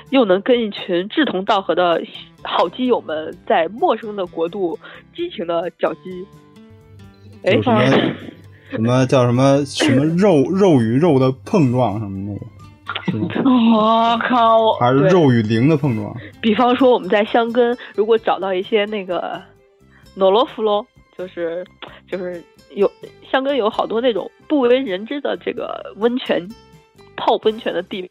C: 又能跟一群志同道合的好基友们在陌生的国度激情的搅基。哎
B: 有，什么 什么叫什么什么肉肉与肉的碰撞什么那个，
F: 我靠，我
B: 还是
C: 对
B: 肉与零的碰撞？
C: 比方说我们在香根，如果找到一些那个 n o l o f l o 就是就是有香根有好多那种不为人知的这个温泉泡温泉的地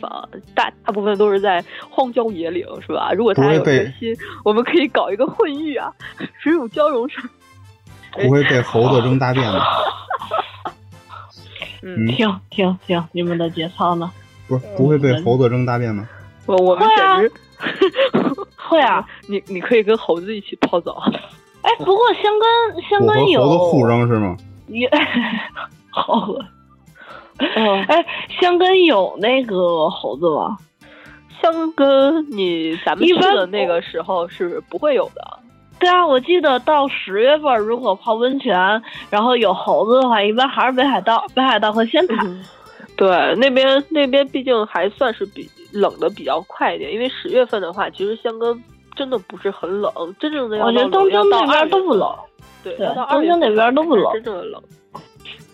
C: 方，大大部分都是在荒郊野岭，是吧？如果大家有
B: 不会被
C: 决心，我们可以搞一个混浴啊，水乳交融是吧
B: 不会被猴子扔大便吧？
C: 嗯，
B: 嗯
F: 停停停，你们的节操呢？
B: 不是不会被猴子扔大便吗？
C: 我我们
F: 会啊
C: 简直，嗯
F: 会啊，
C: 你你可以跟猴子一起泡澡，
F: 哎，不过香根香
B: 嗯我和
F: 根有
B: 猴子互扔是吗？
F: 也 好恶 哎，香根有那个猴子吗？
C: 香根你咱们
F: 一
C: 去
F: 般
C: 的那
F: 不
C: 个时候是不会有的。
F: 对啊，我记得到十月份，如果泡温泉，然后有猴子的话，一般还是北海道、北海道和仙台。
C: 嗯 对，那边那边毕竟还算是比冷的比较快一点，因为十月份的话，其实香根真的不是很冷，真正的要
F: 我觉得东
C: 到冷
F: 京那边都不，
C: 要到
F: 冷
C: 2月。对，
F: 对
C: 要到2月
F: 东京那边都不冷
C: 才是真正的冷。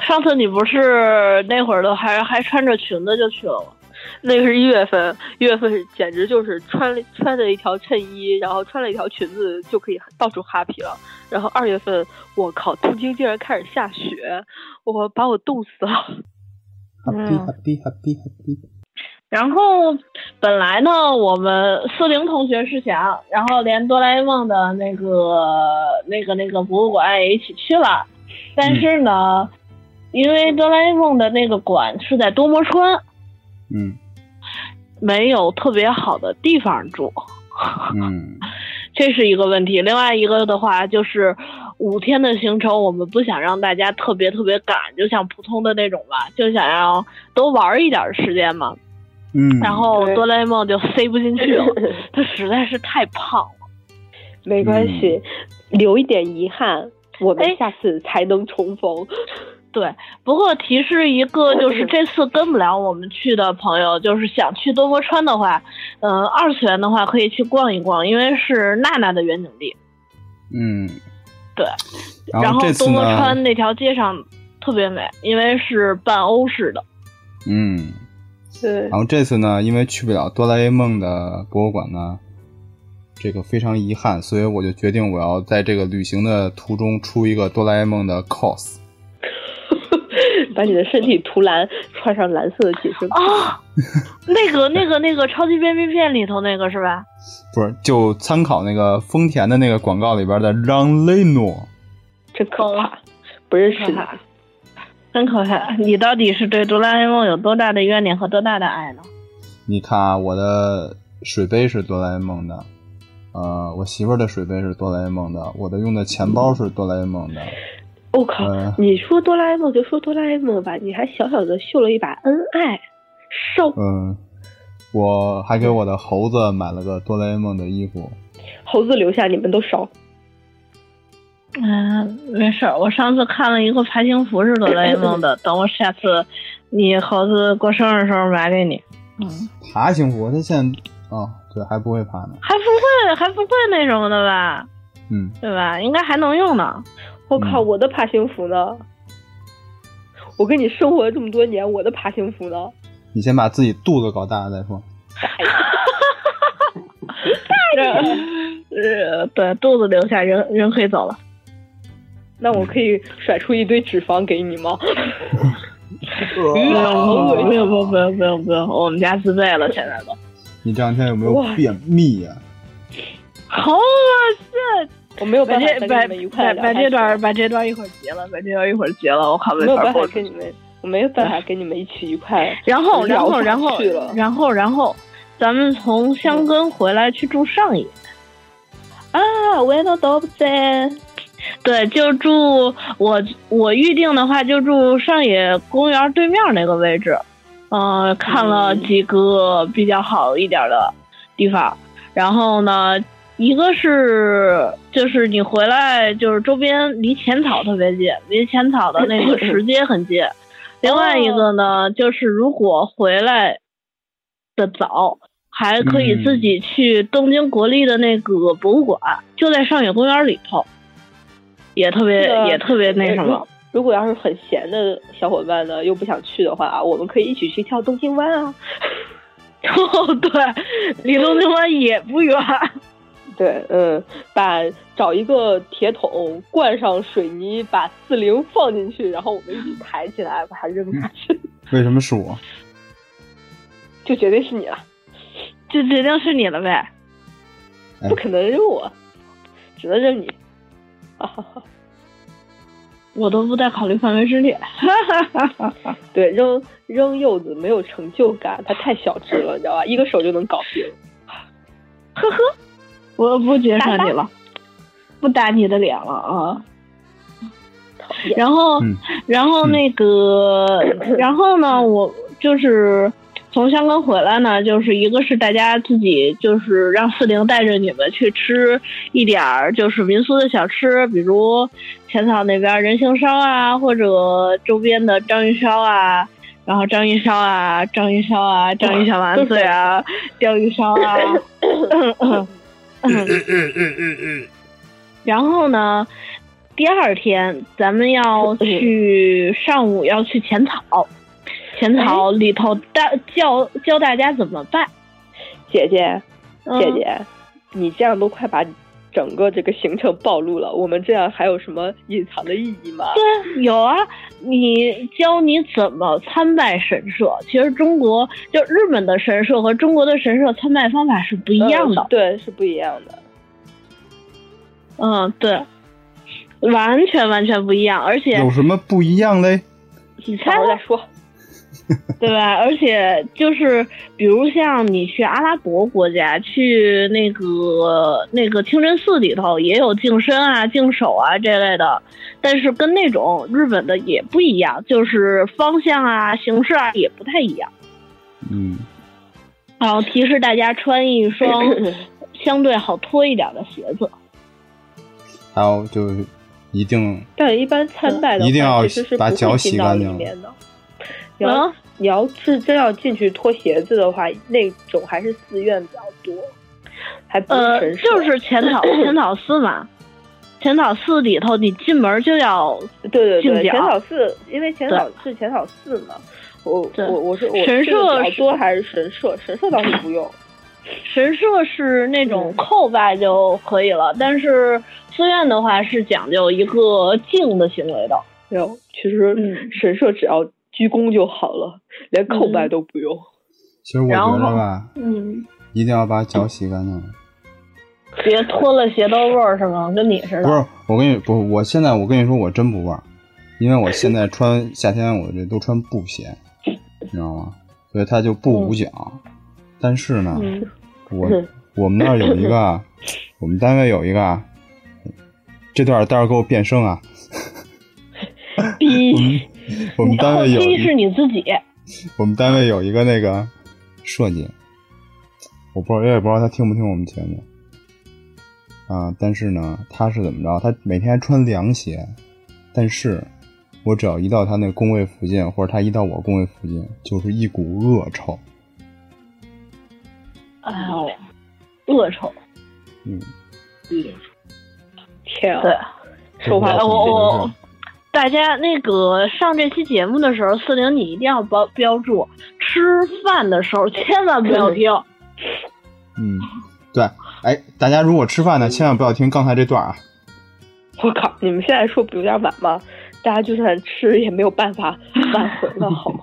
F: 上次你不是那会儿都还还穿着裙子就去了吗？
C: 那个是一月份，一月份是简直就是穿了穿着一条衬衣，然后穿了一条裙子就可以到处哈皮了。然后二月份，我靠，东京竟然开始下雪，我把我冻死了。
B: 哈逼
F: 嗯
B: 哈逼哈逼哈逼！
F: 然后本来呢，我们四零同学是想，然后连哆啦 A 梦的那个那个那个博物馆也一起去了，但是呢，因为哆啦 A 梦的那个馆是在多摩川，
B: 嗯
F: 没有特别好的地方住，
B: 嗯，
F: 这是一个问题。另外一个的话就是五天的行程，我们不想让大家特别特别赶，就像普通的那种吧，就想要多玩一点儿时间嘛。
B: 嗯，
F: 然后
C: 对
F: 哆啦 A 梦就塞不进去 了，他实在是太胖了。
C: 哦没关系，留一点遗憾，我们
F: 哎
C: 下次才能重逢。
F: 对，不过提示一个，就是这次跟不了我们去的朋友，就是想去多摩川的话，嗯、二次元的话可以去逛一逛，因为是娜娜的原景地。
B: 嗯
F: 对，
B: 然
F: 后
B: 这
F: 多
B: 次
F: 摩
B: 呢
F: 川？那条街上特别美，因为是半欧式的。
B: 嗯，
C: 对
B: 然，
F: 啊
B: 后这次呢，因为去不了哆啦 A 梦的博物馆呢，这个非常遗憾，所以我就决定我要在这个旅行的途中出一个哆啦 A 梦的 cos。
C: 把你的身体涂蓝，穿上蓝色的紧身裤。
G: 哦，那个那个那个超级便利店里头那个是吧？
B: 不是，就参考那个丰田的那个广告里边的让雷诺，
C: 真可怕，不认识他。
F: 真可怕！你到底是对哆啦 A 梦有多大的怨念和多大的爱呢？
B: 你看啊，我的水杯是哆啦 A 梦的，呃，我媳妇儿的水杯是哆啦 A 梦的，我的用的钱包是哆啦 A 梦的，
C: 我、哦靠！
F: 嗯
B: 呃，
C: 你说哆啦 A 梦就说哆啦 A 梦吧，你还小小的秀了一把恩爱，受
B: 嗯，我还给我的猴子买了个哆啦 A 梦的衣服，
C: 猴子留下，你们都烧。
F: 嗯，没事儿，我上次看了一个爬行服是哆啦 A 梦 的，等我下次你猴子过生日的时候买给你。
B: 爬行服，它现在哦，对，还不会爬呢，
F: 还不会，还不会那什么的吧？
B: 嗯，
F: 对吧？应该还能用呢。
C: 我哦靠，
B: 嗯
C: 我的爬行服呢？我跟你生活了这么多年，我的爬行服呢？
B: 你先把自己肚子搞大再说，
F: 哎呃，对，肚子留下，人人可以走了。
C: 那我可以甩出一堆脂肪给你 吗？
F: 不用
C: 好恶
F: 不
C: 心
F: 用不用不用不用不用，我们家自备了，现在都
B: 你这两天有没有
C: 哇
B: 便秘呀、
F: 好恶心。
C: 我没有
F: 把
C: 办法
F: 这
C: 再
F: 把
C: 跟你们愉
F: 把
C: 快的
F: 把这段把这段一会儿截了，把这段一会儿截了，我靠，没
C: 没有
F: 法
C: 办
F: 播
C: 法
F: 出去
C: 跟你们，我没有办法跟你们一起愉快。
F: 然后，然后，然
C: 聊不
F: 后
C: 下去了，
F: 然后，然后，咱们从香根回来去住上野。
C: 啊，我也都都不在。
F: 对，就住我我预定的话就住上野公园对面那个位置。嗯、看了
C: 嗯
F: 几个比较好一点的地方，然后呢，一个是就是你回来就是周边离浅草特别近，离浅草的 那个石阶很近。另外一个呢，就是如果回来的早，还可以自己去东京国立的那个博物馆，就在上野公园里头，也特别、
C: 这个呃
F: 也特别那什么。
C: 如果要是很闲的小伙伴呢，又不想去的话，我们可以一起去跳东京湾啊。
F: 哦，对，离东京湾也不远。
C: 对，嗯，把找一个铁桶灌上水泥，把四零放进去，然后我们一起抬起来，把它扔下去，
B: 为什么是我？
C: 就绝对是你了，
F: 就决定是你了呗。
B: 哎
C: 不可能扔我，只能扔你。啊，
F: 我都不在考虑范围之内。
C: 对，扔扔柚子没有成就感，它太小只了，你知道吧？一个手就能搞定。
F: 我不揭穿你了，不打你的脸了啊。然后，
B: 嗯
F: 然后那个，然后呢，我就是从香港回来呢，就是一个是大家自己就是让四零带着你们去吃一点儿就是民俗的小吃，比如浅草那边人形烧啊，或者周边的章鱼烧啊。然后章鱼烧啊，章鱼烧啊，章鱼小丸子啊，鲷鱼烧啊，然后呢，第二天咱们要去上午要去浅草，浅
C: 哎
F: 草里头大教教大家怎么拜。
C: 姐姐，
F: 嗯
C: 姐姐，你这样都快把整个这个行程暴露了，我们这样还有什么隐藏的意义吗？
F: 有啊，你教你怎么参拜神社。其实中国就日本的神社和中国的神社参拜方法是不一
C: 一
F: 样的。
C: 嗯对，是不一样的。
F: 嗯，对，完全完全不一样，而且
B: 有什么不一样嘞？
F: 你猜
C: 到时
F: 吧
C: 候再说。
F: 对吧？而且就是，比如像你去阿拉伯国家，去那个那个清真寺里头，也有净身啊、净手啊这类的，但是跟那种日本的也不一样，就是方向啊、形式啊也不太一样。
B: 嗯，
F: 然后提示大家穿一 双相对好脱一点的鞋子。
B: 还有就是一定
C: 但一般参拜的
B: 嗯
C: 话，
B: 一定要
C: 其实是
B: 把
C: 不会
B: 脚
C: 进
B: 洗
C: 到
B: 干
C: 里
B: 净
C: 面的。你要、
F: 嗯，
C: 你要是真要进去脱鞋子的话，那种还是寺院比较多，还不
F: 呃，
C: 神社
F: 就是浅 草浅草寺嘛，浅草寺里头你进门就要
C: 对对对，
F: 进
C: 浅
F: 角
C: 草寺，因为浅草是浅草寺嘛。我
F: 对
C: 我我是我
F: 神
C: 这个
F: 社
C: 比较
F: 是
C: 多还是神社？神社倒是不用。
F: 神社是那种叩拜就可以了，但是寺院的话是讲究一个敬的行为的。
C: 没有，其实
E: 嗯
C: 神社只要鞠躬就好了，连叩拜都不用。
B: 其实我
E: 然
B: 觉
E: 后
B: 得吧，
E: 嗯，
B: 一定要把脚洗干净。
E: 别脱了鞋都味儿是吗？跟你似
B: 不
E: 的。
B: 是，我跟你不，我现在我跟你说，我真不味儿，因为我现在穿夏天我这都穿布鞋，你知道吗？所以它就不捂脚。但是呢，我我们那儿有一个啊，我们单位有一个啊，这段儿待会儿给我变声啊。
E: 逼，
B: 我们单位有
E: 逼
B: 一
E: 是你自己。
B: 我们单位有一个那个设计，我不知道，我也不知道他听不听我们节目啊。但是呢，他是怎么着？他每天还穿凉鞋，但是我只要一到他那工位附近，或者他一到我工位附近，就是一股恶臭。
E: 哎呦，恶臭。
B: 嗯，
C: 天啊！
E: 对，
C: 说话
B: 这个
E: 我我
F: 哦
B: 很
E: 我
B: 严重
F: 大家那个上这期节目的时候，四零你一定要标标注，吃饭的时候千万不要 听。
B: 嗯，对，哎，大家如果吃饭呢，千万不要听刚才这段啊。
C: 我靠，你们现在说不有点晚吗？大家就算吃也没有办 法挽回了，好吗？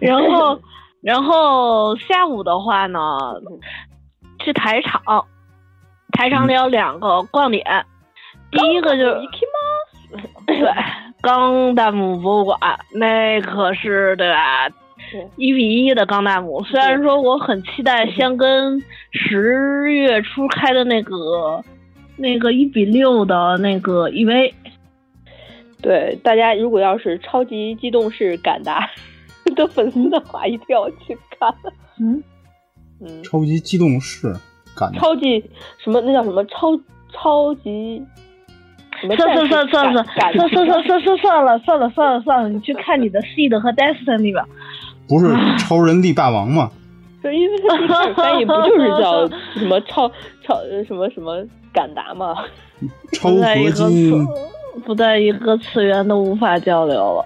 F: 然后，然后下午的话呢，去台场，台场里有两个逛点，第哦一个就是对钢弹姆博物馆，那可是对吧
C: 对？
F: 一比一的钢弹姆，虽然说我很期待先跟十月初开的那个那个一比六的那个 E EV，
C: 对，大家如果要是超级激动是敢达 的粉丝的话，一定要去看。
E: 嗯
C: 嗯，
B: 超级激动室感
F: 嗯
B: 觉
C: 超级什么那叫什么超超级什么
F: 算
C: 战
F: 算算
C: 士
F: 算算
C: 感
F: 算算算算算算了算了算了算了，你去看你的 seed 和 destiny 吧。
B: 不是超人力霸王吗？
C: 就是因为它 一开始翻译不就是叫什么超超呃什么什么敢达吗？
B: 超
F: 不在一
B: 合
F: 个
B: 金。
F: 次不在一个次元都无法交流了。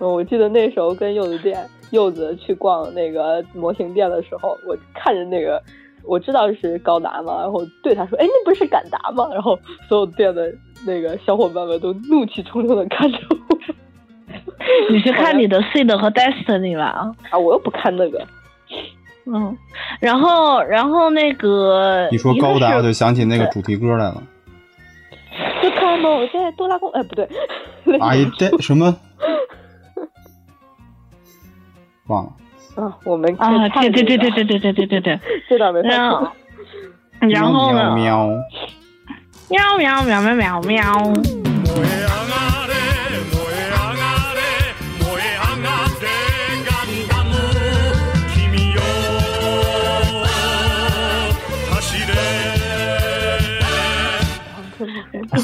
C: 嗯， 我记得那时候跟柚子店柚子去逛那个模型店的时候，我看着那个我知道是高达嘛，然后对他说：“哎，那不是敢达吗？”然后所有店的那个小伙伴们都怒气冲冲的看着我。
F: 你去看你的 seed 和 destiny 吧啊。
C: 啊，我又不看那个，
F: 嗯，然后然后那个
B: 一说高达，我
F: 一个是
B: 就想起那个主题歌来了。
C: 就看到我在多拉宫，哎，不对，
B: 哎， 这什么？忘了。
C: 啊，我们
F: 啊，
C: 看
F: 对对对对
C: 这个
F: 对对对对对对，
C: 这段没
F: 然
C: 看
F: 后。然后呢？
B: 喵喵。
F: 喵喵喵喵喵喵。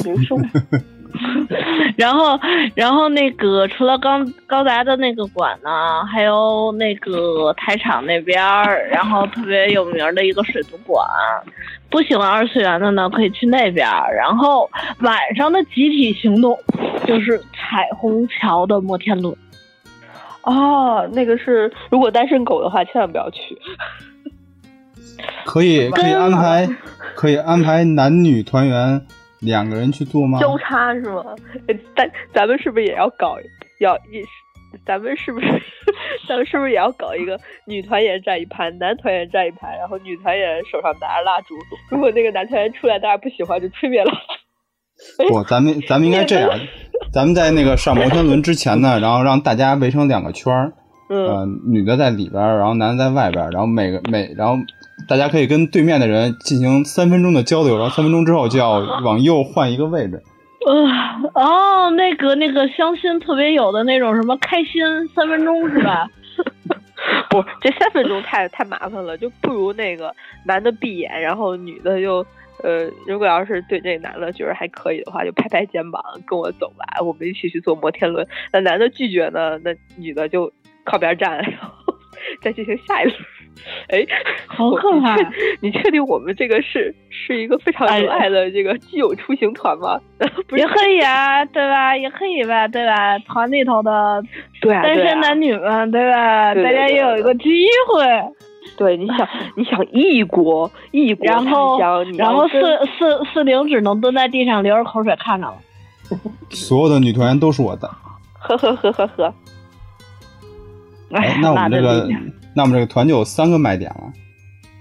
C: 无声。
F: 然后，然后那个除了高高达的那个馆呢，还有那个台场那边儿，然后特别有名儿的一个水族馆。不喜欢二次元的呢，可以去那边儿。然后晚上的集体行动就是彩虹桥的摩天轮。
C: 哦，那个是如果单身狗的话，千万不要去。
B: 可以可以安排，可以安排男女团员两个人去做吗？
C: 交叉是吗？ 哎咱咱们是不是也要搞要一？咱们是不是 咱们是不是也要搞一个女团员站一排，男团员站一排，然后女团员手上拿着蜡烛，如果那个男团员出来大家不喜欢，就吹灭蜡烛。
B: 不，咱们咱们应该 这样，咱们在那个上摩天轮之前呢，然后让大家围成两个圈儿，
C: 嗯，
B: 呃，女的在里边儿，然后男的在外边儿，然后每个每然后大家可以跟对面的人进行三分钟的交流，然后三分钟之后就要往右换一个位置。
F: 呃，哦，那个那个相亲特别有的那种什么开心三分钟是吧？
C: 不，这三分钟太太麻烦了，就不如那个男的闭眼，然后女的就。呃，如果要是对这男的觉得还可以的话，就拍拍肩膀，跟我走吧，我们一起去坐摩天轮。那男的拒绝呢，那女的就靠边站，然后 再进行下一轮。哎，
F: 好
C: 我
F: 可怕！
C: 你确！你确定我们这个是是一个非常
F: 哎
C: 有
F: 呀
C: 爱的这个基友出行团吗？不是
F: 也，可以啊，对吧？也可以吧，对吧？团里头的
C: 对啊，
F: 单
C: 对
F: 身
C: 啊
F: 男女们，对吧？
C: 对对
F: 大家
C: 对
F: 也有一个机会。
C: 对，你想，你想异国异国
F: 然后
C: 他乡，你
F: 然
C: 要
F: 后
C: 跟
F: 四四四零只能蹲在地上流着口水看着了。
B: 所有的女团都是我的。
C: 呵呵呵呵呵。
B: 哎
C: 哎，
B: 那我们这
C: 妈的
B: 个
C: 理解，
B: 那我们这个团就有三个卖点了。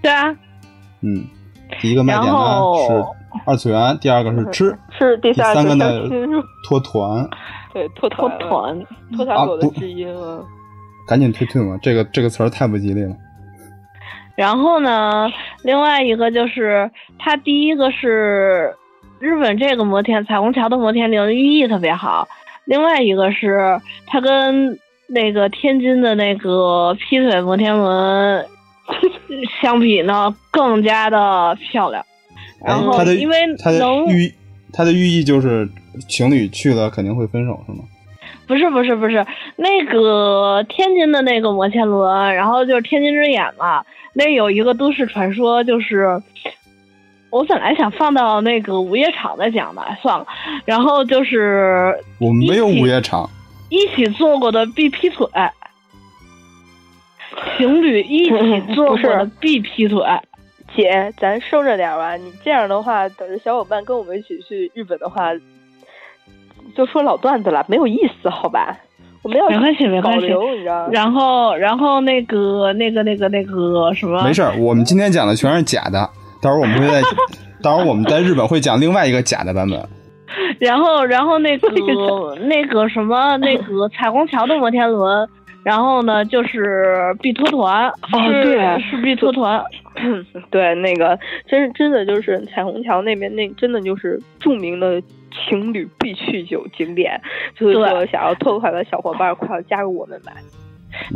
C: 对啊，
B: 嗯，第一个卖点
C: 然
B: 呢
C: 后
B: 是二次元，第二个是吃，
C: 是第
B: 第
C: 三
B: 三
C: 个
B: 个
C: 相
B: 呢
C: 亲是吧
B: 脱团。
C: 对脱
F: 脱
C: 团了
F: 团，
C: 脱团
B: 啊
C: 狗的
B: 不
C: 知音了。
B: 赶紧推推嘛，这个这个词儿太不吉利了。哎
F: 然后呢，另外一个就是它第一个是日本这个摩天彩虹桥的摩天岭寓意特别好，另外一个是它跟那个天津的那个劈腿摩天轮 相比呢，更加的漂亮。
B: 哎
F: 然，后
B: 它的
F: 因为
B: 它的
F: 能
B: 寓它的寓意就是情侣去了肯定会分手是吗？
F: 不是不是不是，那个天津的那个摩天轮，然后就是天津之眼嘛，那有一个都市传说，就是我本来想放到那个午夜场再讲的，算了。然后就是
B: 我们没有
F: 一起
B: 午夜场，
F: 一起做过的必劈腿，情侣一起做过的必劈 腿。
C: 姐，咱收着点儿吧。你这样的话，等着小伙伴跟我们一起去日本的话，就说老段子了，没有意思，好吧？我们要
F: 没关系没关系
C: 保留，你知道吗？
F: 然后，然后那个那个那个那个什么，
B: 没事儿，我们今天讲的全是假的，到时候我们会 在，到时候我们在日本会讲另外一个假的版本。
F: 然后，然后那 个那个什么那个彩虹桥的摩天 轮，然后呢就是必托团，
C: 哦
F: 是
C: 对
F: 是必托团，
C: 对，那个真真的就是彩虹桥那边，那真的就是著名的情侣必去酒景点。所以
F: 对
C: 说，想要拓款的小伙伴，快要加入我们吧。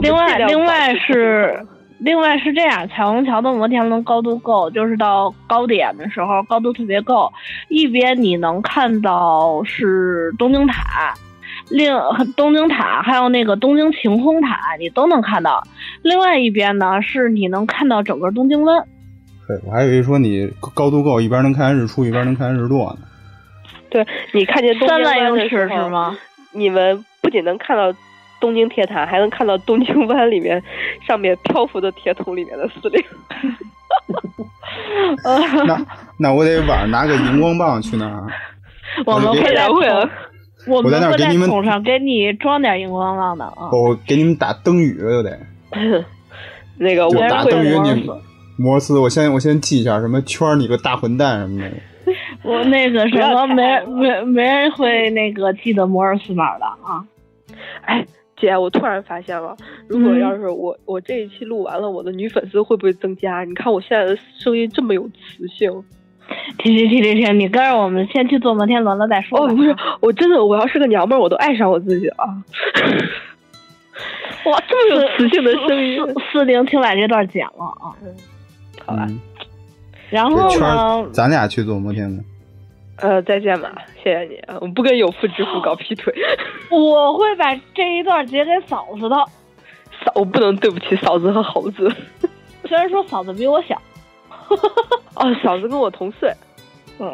F: 另外
C: 尽量
F: 另外
C: 保持这
F: 是
C: 种。
F: 另外是这样，彩虹桥的摩天轮高度够，就是到高点的时候高度特别够，一边你能看到是东京塔，另东京塔还有那个东京晴空塔，你都能看到。另外一边呢是你能看到整个东京湾。
B: 对，我还以为说你高度够，一边能看日出，一边能看日落呢。
C: 对你看见东
F: 三
C: 京
F: 万
C: 湾
F: 英
C: 的时
F: 尺
C: 候
F: 是？吗？
C: 你们不仅能看到东京铁塔，还能看到东京湾里面上面漂浮的铁桶里面的司令。
B: 那那我得晚上拿个荧光棒去那儿啊。
F: 我 们会
B: 别
F: 在
C: 然会
F: 桶， 我
B: 我在那
F: 们
B: 儿
F: 会
B: 给
F: 在
B: 你们哦
F: 桶上给你装点荧光棒的啊。
B: 我给你们打灯语又得，
C: 那个我
B: 就
C: 们
B: 打
C: 会
B: 灯语
C: 玩
B: 你摩尔斯，我先我先记一下什么圈儿你个大混蛋什么的。
F: 我那个什
C: 不
F: 么，
C: 要太
F: 没人没没人会那个记得摩尔斯码的啊。
C: 哎，姐，我突然发现了，如果
F: 嗯
C: 要是我、我这一期录完了，我的女粉丝会不会增加？你看我现在的声音这么有磁性。
F: 停停停停停，你跟着我们先去坐摩天轮了再说吧。啊
C: 哦，不是，我真的，我要是个娘们儿，我都爱上我自己了。哇，这么有磁性的声音，
F: 四四零，请把这段剪了啊。
C: 好吧，
B: 嗯
F: 然
B: 这
F: 后
B: 圈
F: 呢
B: 儿，咱俩去做摩天轮。
C: 呃，再见吧，谢谢你，啊，我不跟有妇之夫搞劈腿，
F: 我会把这一段截给嫂子的，
C: 嫂，我不能对不起嫂子和猴子。
F: 虽然说嫂子比我小。
C: 哦，嫂子跟我同岁，
F: 嗯，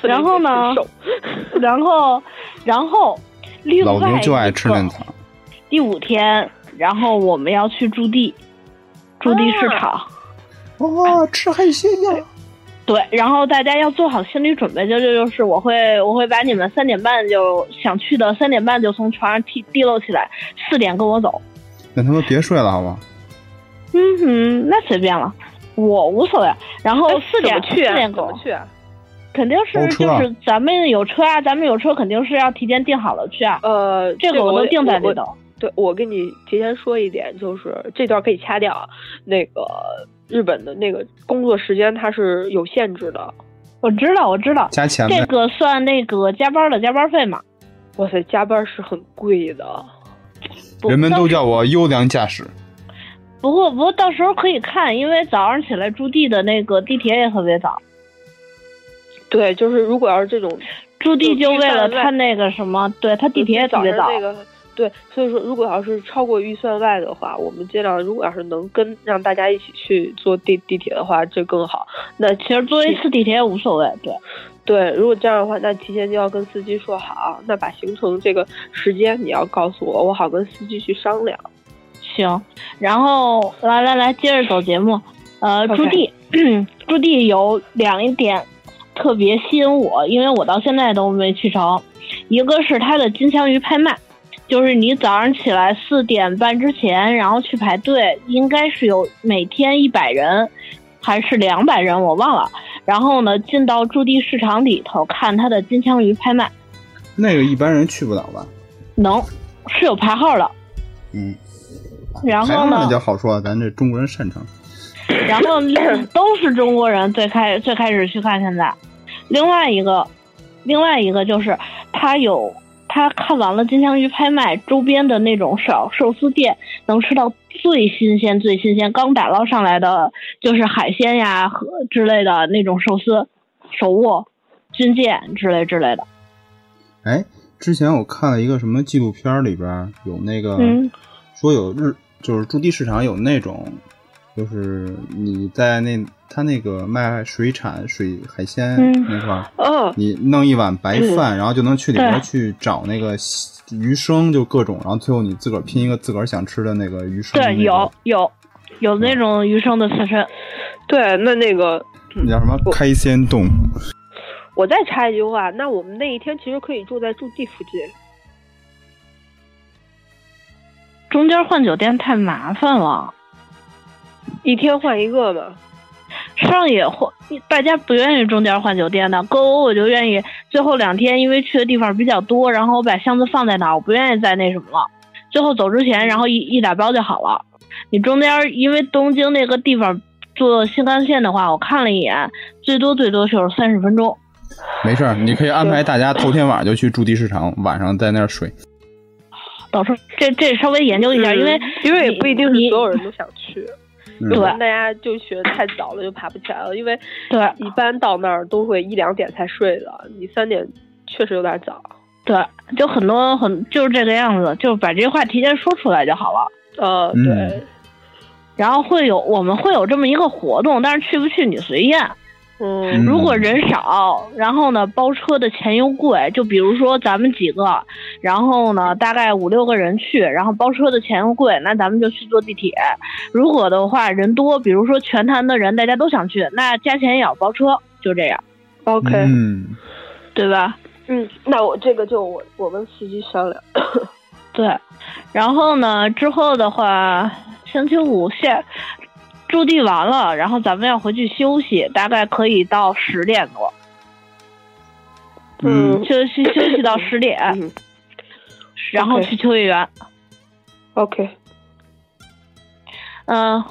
C: 四零
F: 然后呢
C: 年生手
F: 然后，然后，另外
B: 老牛就爱吃
F: 一个
B: 嫩草。
F: 第五天，然后我们要去驻地，驻地市场。
C: 啊
B: 哇，哦吃海鲜呀！
F: 对，然后大家要做好心理准备，就就就是我会我会把你们三点半就想去的三点半就从床上提提溜起来，四点跟我走。
B: 那他妈别睡了好吗？
F: 嗯哼，那随便了，我无所谓。然后四
C: 怎么
F: 点
C: 去
F: 四
C: 啊？
F: 点
C: 怎
F: 跟
C: 么
F: 我，
C: 去啊？
F: 肯定
B: 包
F: 是
B: 车
F: 就
B: 啊
F: 是咱们有车啊，咱们有车肯定是要提前订好了去啊。
C: 呃，
F: 这个
C: 我
F: 都定在
C: 我
F: 里头。
C: 对，我跟你提前说一点，就是这段可以掐掉啊。那个日本的那个工作时间它是有限制的。
F: 我知道，我知道，
B: 加钱
F: 这
B: 呗。
F: 个算那个加班的加班费嘛。
C: 哇塞，加班是很贵的。
F: 不
B: 人们
F: 当
B: 都叫我优良驾驶。
F: 不过不过到时候可以看，因为早上起来驻地的那个地铁也特别早。
C: 对，就是如果要是这种
F: 驻地就为了
C: 就地
F: 他
C: 站
F: 那个什么，对他地铁也特
C: 嗯早
F: 别
C: 上
F: 早。
C: 那个，对，所以说如果要是超过预算外的话，我们尽量如果要是能跟让大家一起去坐地地铁的话，这更好。那
F: 其实坐一次地铁也无所谓，对，
C: 对，如果这样的话，那提前就要跟司机说好，那把行程这个时间你要告诉我，我好跟司机去商量。
F: 行。然后来来来，接着走节目。呃，
C: OK
F: 驻地 驻地有两一点特别吸引我，因为我到现在都没去成。一个是它的金枪鱼拍卖，就是你早上起来四点半之前，然后去排队，应该是有每天一百人还是两百人，我忘了。然后呢，进到驻地市场里头看它的金枪鱼拍卖，
B: 那个一般人去不了吧？
F: 能是有排号的。
B: 嗯，
F: 然
B: 台
F: 后
B: 湾
F: 呢
B: 那，叫好说，咱这中国人擅长。
F: 然后都是中国人最开最开始去看现在，另外一个，另外一个就是他有他看完了金枪鱼拍卖周边的那种小寿司店，能吃到最新鲜最新鲜刚打捞上来的，就是海鲜呀和之类的那种寿司、手握、军舰之类之类的。
B: 哎，之前我看了一个什么纪录片儿，里边儿有那个、
F: 嗯
B: 说有日就是驻地市场有那种，就是你在那他那个卖水产水海鲜
F: 嗯
B: 那块儿，
C: 嗯，
B: 你弄一碗白饭，然后就能去里边儿
F: 对
B: 去找那个鱼生，就各种，然后最后你自个儿拼一个自个儿想吃的那个鱼生。
F: 对，有有有那种鱼生的刺身，
C: 对，那那个
B: 那叫什么开鲜冻？
C: 我再插一句话，那我们那一天其实可以住在驻地附近，
F: 中间换酒店太麻烦了。
C: 一天换一个嘛。
F: 上野换，大家不愿意中间换酒店的。购物我就愿意最后两天，因为去的地方比较多，然后我把箱子放在哪儿，我不愿意再那什么了。最后走之前，然后一一打包就好了。你中间因为东京那个地方坐新干线的话，我看了一眼，最多最多就是三十分钟。
B: 没事儿，你可以安排大家头天晚上就去驻地市场，晚上在那儿睡。
F: 到时候这这稍微研究一下，
C: 嗯
F: 因为
C: 因为也
F: 你
C: 不一定是
F: 你
C: 所有人都想去，
B: 嗯、
C: 有可
F: 对
C: 能大家就学得太早了就爬不起来了，因为
F: 对
C: 一般到那儿都会一两点才睡的，你三点确实有点早。
F: 对，就很多很就是这个样子，就是把这些话提前说出来就好了。
C: 呃，
B: 嗯
C: 对，
F: 然后会有我们会有这么一个活动，但是去不去你随便。
C: 嗯，
F: 如果人少，然后呢，包车的钱又贵，就比如说咱们几个，然后呢，大概五六个人去，然后包车的钱又贵，那咱们就去坐地铁。如果的话人多，比如说全团的人大家都想去，那加钱也要包车，就这样，
C: OK，
B: 嗯，
F: 对吧？
C: 嗯，那我这个就我我跟司机商量。
F: 对。然后呢，之后的话，星期五下驻地完了，然后咱们要回去休息，大概可以到十点多，
B: 嗯
C: 嗯
F: 休息休息到十点，
C: 嗯
F: 然后
C: OK
F: 去秋叶原。
C: ，OK，
F: 嗯，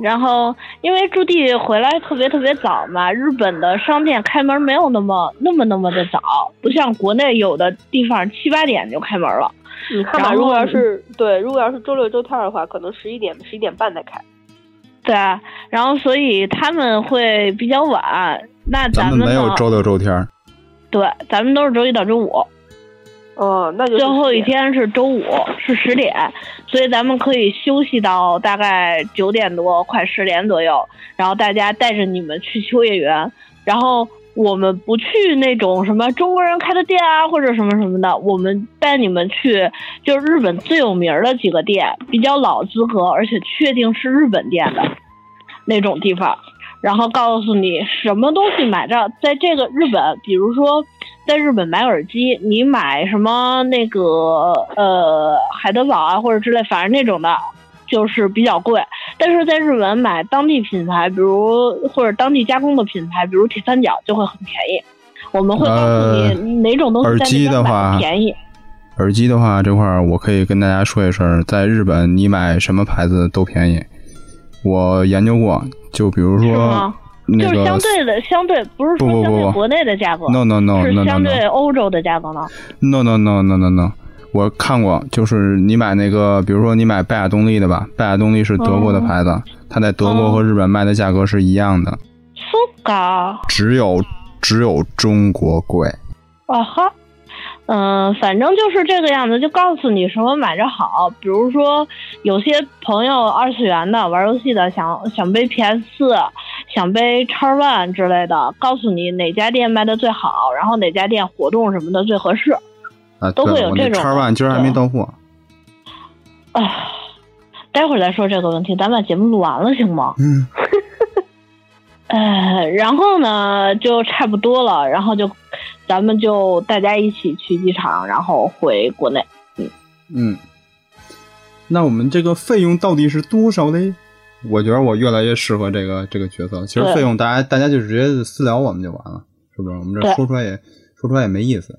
F: 然后因为驻地回来特别特别早嘛，日本的商店开门没有那么那么那么的早，不像国内有的地方七八点就开门了。
C: 你看吧，
F: 然后
C: 如果要是对，如果要是周六周天的话，可能十一点十一点半才开。
F: 对啊，然后所以他们会比较晚。那
B: 咱
F: 们
B: 没有
F: 呢？
B: 周六周天儿。
F: 对，咱们都是周一到周五，
C: 哦，那就
F: 最后一
C: 10点，
F: 天是周五，是十点，所以咱们可以休息到大概九点多，快十点左右，然后大家带着你们去秋叶原，然后我们不去那种什么中国人开的店啊，或者什么什么的，我们带你们去就是日本最有名儿的几个店，比较老资格，而且确定是日本店的那种地方。然后告诉你什么东西买这，在这个日本，比如说在日本买耳机，你买什么那个呃海德堡啊或者之类，反正那种的，就是比较贵。但是在日本买当地品牌，比如或者当地加工的品牌，比如铁三角就会很便宜。我们会告
B: 呃
F: 诉你哪种东西
B: 耳
F: 在那
B: 机
F: 边
B: 的
F: 买
B: 话
F: 便宜。
B: 耳机的话，这块儿我可以跟大家说一声，在日本你买什么牌子都便宜。我研究过，就比如
F: 是
B: 说
F: 吗
B: 那
F: 就是
B: 个
F: 相对的，相对不是
B: 不不
F: 说相
B: 不
F: 对
B: 不
F: 国内的价格，
B: no no no
F: 是
B: no no
F: 相
B: no
F: 对欧洲的价格呢。
B: no no no no no no，我看过，就是你买那个，比如说你买拜亚动力的吧，拜亚动力是德国的牌
F: 哦
B: 子，它在德国和日本卖的价格是一样的，
F: 苏嘎，
B: 只有只有中国贵。
F: 啊哈，嗯、反正就是这个样子，就告诉你什么买着好。比如说，有些朋友二次元的玩游戏的，想想背 PS 四，想背 X One 之类的，告诉你哪家店卖的最好，然后哪家店活动什么的最合适。
B: 啊，
F: 都
B: 对，
F: 会有
B: 我那
F: 这种
B: 叉 o 今儿还没
F: 对
B: 到货。
F: 啊，待会儿再说这个问题，咱把节目录完了行吗？哎
B: 嗯，
F: 呃，然后呢就差不多了，然后就咱们就大家一起去机场，然后回国内。
B: 嗯，那我们这个费用到底是多少嘞？我觉得我越来越适合这个这个角色。其实
F: 对
B: 费用大家大家就直接私聊我们就完了，是不是？我们这
F: 对
B: 说出来也说出来也没意思。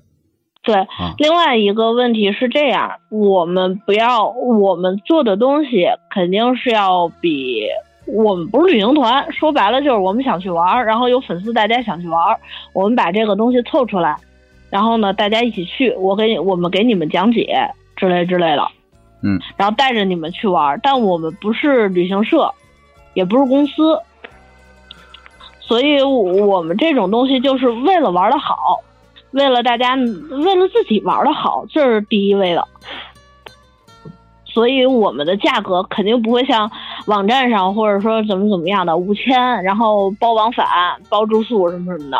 F: 对
B: 啊，
F: 另外一个问题是这样，我们不要我们做的东西肯定是要比我们不是旅行团，说白了就是我们想去玩儿，然后有粉丝大家想去玩儿，我们把这个东西凑出来，然后呢大家一起去，我给你我们给你们讲解之类之类的，
B: 嗯，
F: 然后带着你们去玩儿，但我们不是旅行社，也不是公司。所以，我们这种东西就是为了玩的好，为了大家，为了自己玩的好，这是第一位的。所以我们的价格肯定不会像网站上或者说怎么怎么样的五千，然后包往返、包住宿什么什么的。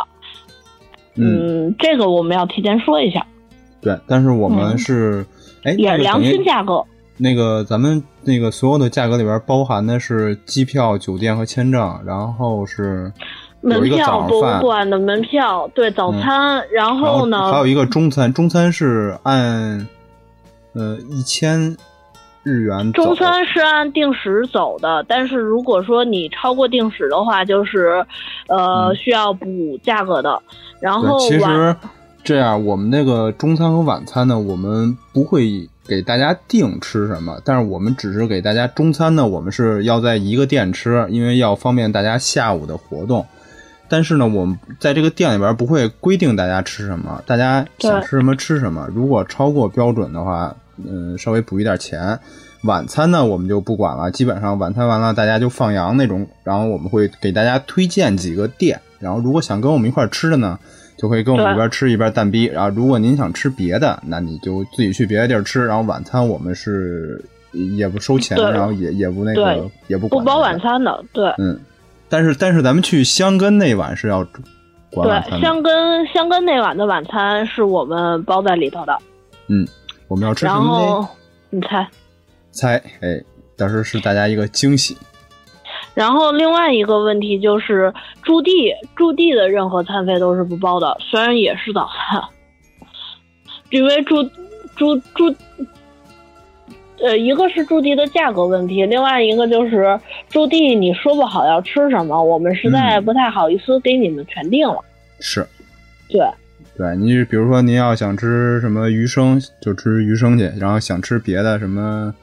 B: 嗯，
F: 嗯，这个我们要提前说一下，
B: 对。但是我们
F: 嗯
B: 是哎、
F: 也
B: 那
F: 是
B: 就
F: 良
B: 等于
F: 心价格。
B: 那个咱们那个所有的价格里边包含的是机票、酒店和签证，然后是有
G: 门
B: 一个
G: 票、
B: 早
G: 博
B: 上
G: 物
B: 饭，
G: 馆的门票，对，早
B: 嗯
G: 餐，然
B: 然
G: 后呢，
B: 还有一个中餐，中餐是按呃一千日元走
G: 中餐是按定时走的，但是如果说你超过定时的话，就是，呃，
B: 嗯
G: 需要补价格的。然后
B: 对，其
G: 晚
B: 实这样，我们那个中餐和晚餐呢，我们不会给大家定吃什么，但是我们只是给大家中餐呢，我们是要在一个店吃，因为要方便大家下午的活动。但是呢，我们在这个店里边不会规定大家吃什么，大家想吃什么吃什么。如果超过标准的话，嗯，稍微补一点钱。晚餐呢，我们就不管了，基本上晚餐完了，大家就放羊那种。然后我们会给大家推荐几个店，然后如果想跟我们一块儿吃的呢，就可以跟我们
F: 对
B: 一边吃一边蛋逼。然后如果您想吃别的，那你就自己去别的地儿吃。然后晚餐我们是也不收钱，
F: 对
B: 然后也也不那个
F: 对
B: 也不
F: 不
B: 管
F: 包
B: 大家
F: 晚。餐的，对
B: 嗯，但是但是咱们去香根那晚是要管晚餐
F: 对，
B: 的，
F: 香根香根那晚的晚餐是我们包在里头的。
B: 我们要吃什
F: 然
B: 么呢？
F: 后你猜，
B: 猜，哎，到时候是大家一个惊喜。
F: 然后另外一个问题就是驻地驻地的任何餐费都是不包的，虽然也是早餐，因为驻驻驻，呃，一个是驻地的价格问题，另外一个就是驻地你说不好要吃什么，我们实在
B: 嗯
F: 不太好意思给你们全定了。
B: 是
F: 对
B: 对，你比如说您要想吃什么鱼生，就吃鱼生去；然后想吃别的什么，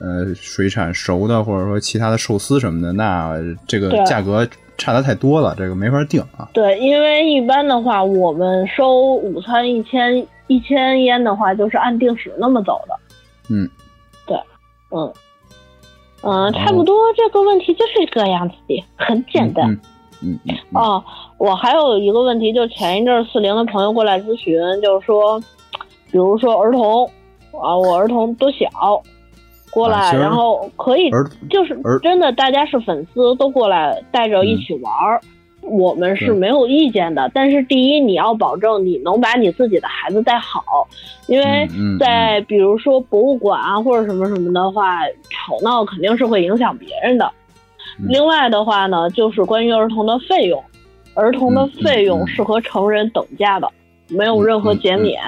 B: 呃，水产熟的或者说其他的寿司什么的，那这个
F: 对
B: 价格差的太多了，这个没法定啊。
F: 对，因为一般的话，我们收午餐一千一千烟的话，就是按定时那么走的。
B: 嗯，
F: 对，嗯，嗯、差不多这个问题就是这个样子的，很简单。
B: 嗯嗯嗯嗯
F: 哦，我还有一个问题，就前一阵儿四零的朋友过来咨询，就是说，比如说儿童啊，我儿童多小过来，
B: 啊其实
F: 然后可以
B: 嗯，儿
F: 就是
B: 儿
F: 真的，大家是粉丝都过来带着
B: 嗯
F: 一起玩儿，我们是
B: 对
F: 没有意见的。但是第一，你要保证你能把你自己的孩子带好，因为
B: 嗯嗯
F: 在比如说博物馆啊或者什么什么的话，吵闹肯定是会影响别人的。
B: 嗯
F: 另外的话呢，就是关于儿童的费用，儿童的
B: 嗯嗯
F: 费用
B: 嗯
F: 是和成人等价嗯的，没有任何
B: 嗯嗯
F: 减
B: 嗯
F: 免。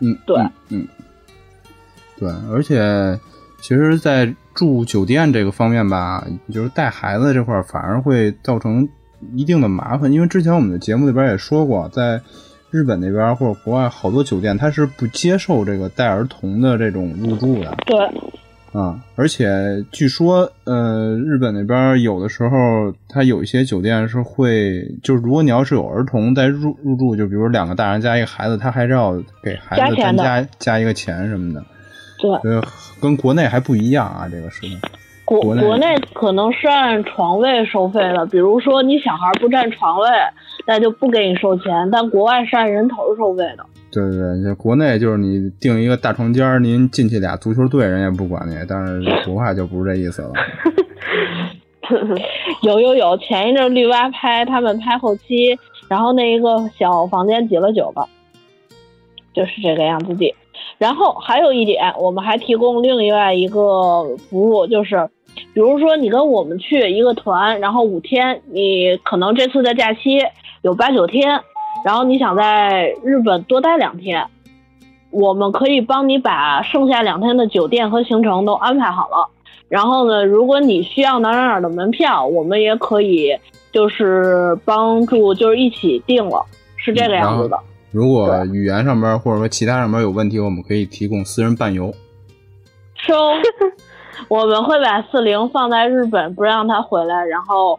B: 嗯，
F: 对
B: 嗯，嗯，对，而且其实，在住酒店这个方面吧，就是带孩子这块儿反而会造成一定的麻烦，因为之前我们的节目里边也说过，在日本那边或者国外好多酒店它是不接受这个带儿童的这种入住的，
F: 对，
B: 啊、而且据说，呃，日本那边儿有的时候，它有一些酒店是会，就是如果你要是有儿童在入入住，就比如两个大人加一个孩子，他还是要给孩
F: 加
B: 子
F: 钱
B: 单
F: 的
B: 加加一个钱什么的。
F: 对
B: 所以跟国内还不一样啊，这个事情。
F: 国
B: 国内
F: 国内可能是按床位收费的，比如说你小孩不占床位，那就不给你收钱，但国外是按人头收费的。
B: 对对对，就国内就是你订一个大床间儿，您进去俩足球队，人也不管你，但是国外就不是这意思了。
F: 有有有，前一阵绿蛙拍他们拍后期，然后那一个小房间挤了九个，就是这个样子的。然后还有一点，我们还提供另外一个服务，就是比如说你跟我们去一个团，然后五天，你可能这次的假期有八九天，然后你想在日本多待两天，我们可以帮你把剩下两天的酒店和行程都安排好了。然后呢，如果你需要哪儿哪儿哪儿的门票，我们也可以就是帮助，就是一起定了，是这个样子的。
B: 如果语言上边或者说其他上边有问题，我们可以提供私人伴游。
F: 收，我们会把四零放在日本，不让他回来，然后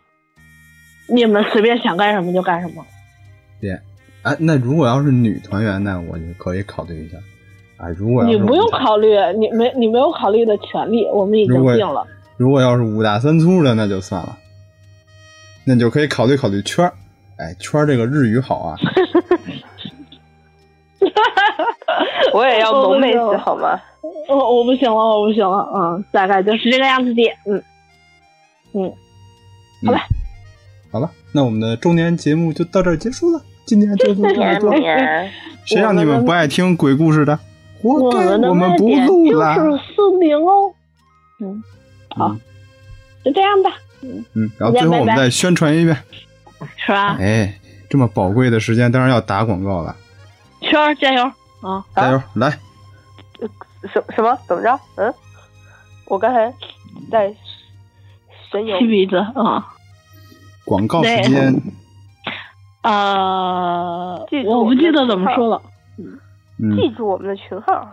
F: 你们随便想干什么就干什么。
B: 哎，那如果要是女团员呢，我就可以考虑一下。哎，如果要
F: 你
B: 是
F: 不用
B: 武大
F: 考虑，你没你没有考虑的权利，我们已经
B: 如果
F: 定了。
B: 如果要是五大三粗的，那就算了，那就可以考虑考虑圈儿。哎，圈儿这个日语好啊，
C: 我也要
F: 我
C: 萌
F: 不
C: 妹
F: 知道
C: 子好吗？
F: 我、哦我不行了，我不行了，嗯，大概就是这个样子的，嗯
B: 好了，那我们的周年节目就到这儿结束了。今天就录这么 多，
C: 啊
F: 嗯，
B: 谁让你们不爱听鬼故事的？活
F: 我
B: 该
F: 们的
B: 我们
F: 卖
B: 不
F: 点
B: 录
F: 就
B: 啦。
F: 是四零哦，嗯，好
B: 嗯，
F: 就这样吧，
B: 嗯，然后最后我们再宣传一遍。
F: 是吧？
B: 哎，这么宝贵的时间，当然要打广告了。
G: 圈儿加油！
F: 啊
B: 加油，来，
C: 什什么？怎么着？嗯，我刚才在神游
G: 吸。鼻子啊。
B: 广告时间。
G: 呃
C: 记，住
G: 我不记得怎么说了。
C: 记
B: 嗯
C: 住我们的群号，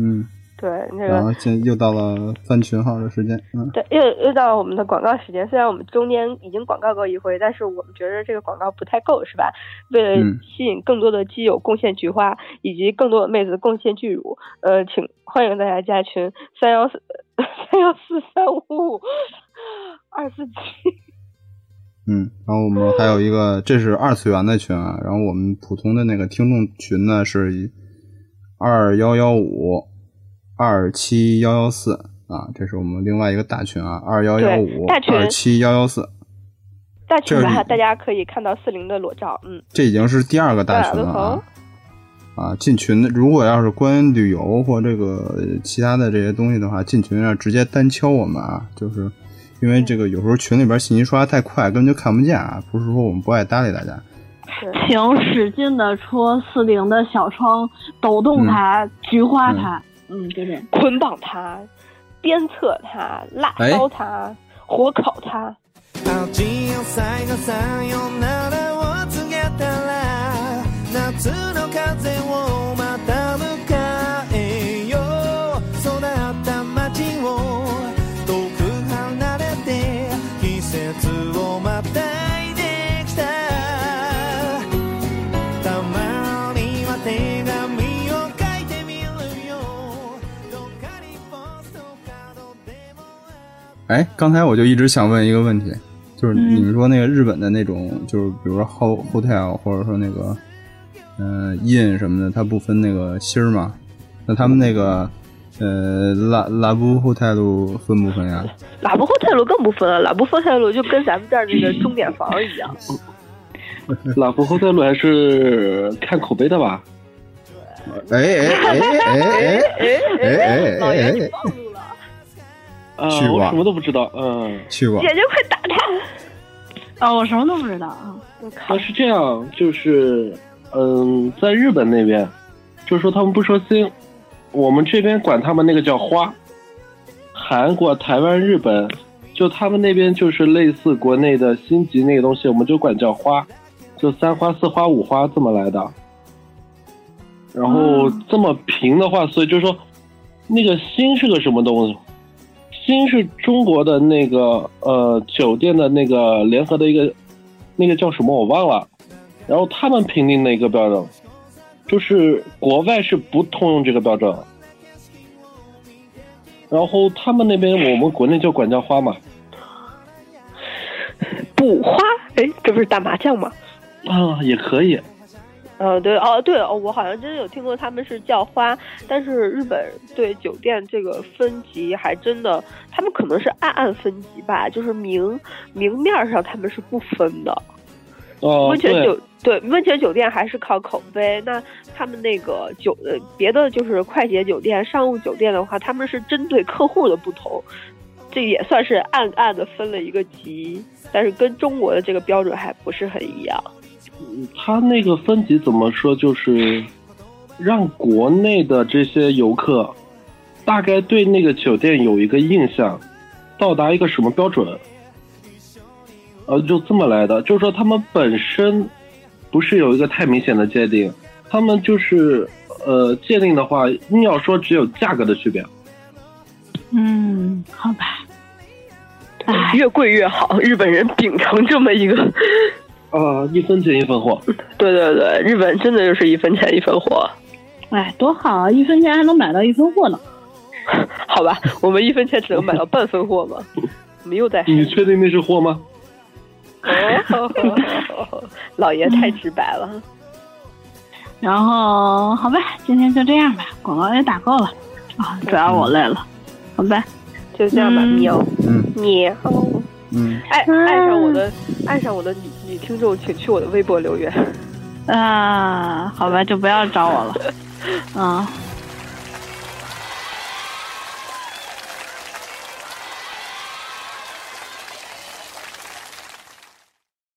B: 嗯，
C: 对那
B: 然
C: 个
B: 后现在又到了翻群号的时间。嗯，
C: 对又又到了我们的广告时间。虽然我们中间已经广告过一回，但是我们觉得这个广告不太够，是吧？为了
B: 嗯
C: 吸引更多的基友贡献菊花，以及更多的妹子贡献巨乳，呃，请欢迎大家加群三幺四 三幺四三五五二四七。
B: 嗯，然后我们还有一个，这是二次元的群啊，然后我们普通的那个听众群呢是二幺幺五二七幺幺四啊，这是我们另外一个大群啊，二幺幺五
C: 对大群
B: 二七幺幺四，
C: 大群
B: 这
C: 吧，
B: 里
C: 大家可以看到四零的裸照，嗯，
B: 这已经是第二个大群了啊。啊，进群的如果要是关于旅游或这个呃其他的这些东西的话，进群啊直接单敲我们啊，就是因为这个有时候群里边信息刷太快，根本就看不见啊，不是说我们不爱搭理大家。
F: 请使劲的戳四零的小窗，抖动它，菊花它，嗯，就这样。
C: 捆绑它，鞭策它，辣
B: 哎
C: 烧它，火烤它。
H: 青い最後さよならを告げたら夏の風をまた迎えよう育った街を遠く離れて季節をまたいできたたまには手紙を書いてみるよどっかにポストカードでもあっ
B: 哎，刚才我就一直想问一个问题，就是你们说那个日本的那种，就是比如说 ho- hotel 或者说那个嗯、呃 in 什么的，它不分那个星儿吗？那他们那个呃拉拉布 hotel 分不分呀？
C: 喇叭后泰路更不分了，喇叭后泰路就跟咱们这 儿那个钟点房一样，
E: 老婆后泰路还是看口碑的吧？
B: 哎哎哎哎哎哎哎
C: 老
B: 哎
C: 袁
B: 哎！
E: 啊、
B: 去过
E: 我什么都不知道。嗯，
B: 去过
C: 姐姐快打他！
G: 哦，我什么都不知道啊。
E: 那是这样，就是嗯，在日本那边，就是说他们不说星，我们这边管他们那个叫花。韩国、台湾、日本，就他们那边就是类似国内的星级那个东西，我们就管叫花，就三花、四花、五花这么来的。然后这么平的话，所以就是说，那个星是个什么东西？星是中国的那个呃酒店的那个联合的一个那个叫什么我忘了，然后他们评定的一个标准，就是国外是不通用这个标准，然后他们那边我们国内就管叫花嘛，
C: 补花，哎，这不是打麻将吗？
E: 啊也可以，
C: 呃，对，哦，对哦，我好像真有听过他们是叫花，但是日本对酒店这个分级还真的，他们可能是暗暗分级吧，就是明明面上他们是不分的。
E: 哦、
C: 温泉
E: 对，
C: 酒对温泉酒店还是靠口碑，那他们那个酒呃别的就是快捷酒店、商务酒店的话，他们是针对客户的不同，这也算是暗暗的分了一个级，但是跟中国的这个标准还不是很一样。
E: 它那个分级怎么说，就是让国内的这些游客大概对那个酒店有一个印象，到达一个什么标准？呃，就这么来的，就是说他们本身不是有一个太明显的界定，他们就是呃界定的话，硬要说只有价格的区别，
G: 嗯，好吧，
C: 哎越贵越好。日本人秉承这么一个，
E: 啊，一分钱一分货。
C: 对对对，日本真的就是一分钱一分货。
I: 哎，多好啊！一分钱还能买到一分货呢。
C: 好吧，我们一分钱只能买到半分货 嘛。我们又在
E: 你确定那是货吗？
C: 哦，老爷太直白了。
I: 然后好吧，今天就这样吧，广告也打够了啊，主要我累了，好吧。
C: 就这样吧，
I: 嗯
C: 喵
B: 嗯
C: 喵。
B: 嗯，
C: 哦爱爱上我的爱上我的女女听众，请去我的微博留言。
I: 呃啊，好吧，就不要找我了。嗯，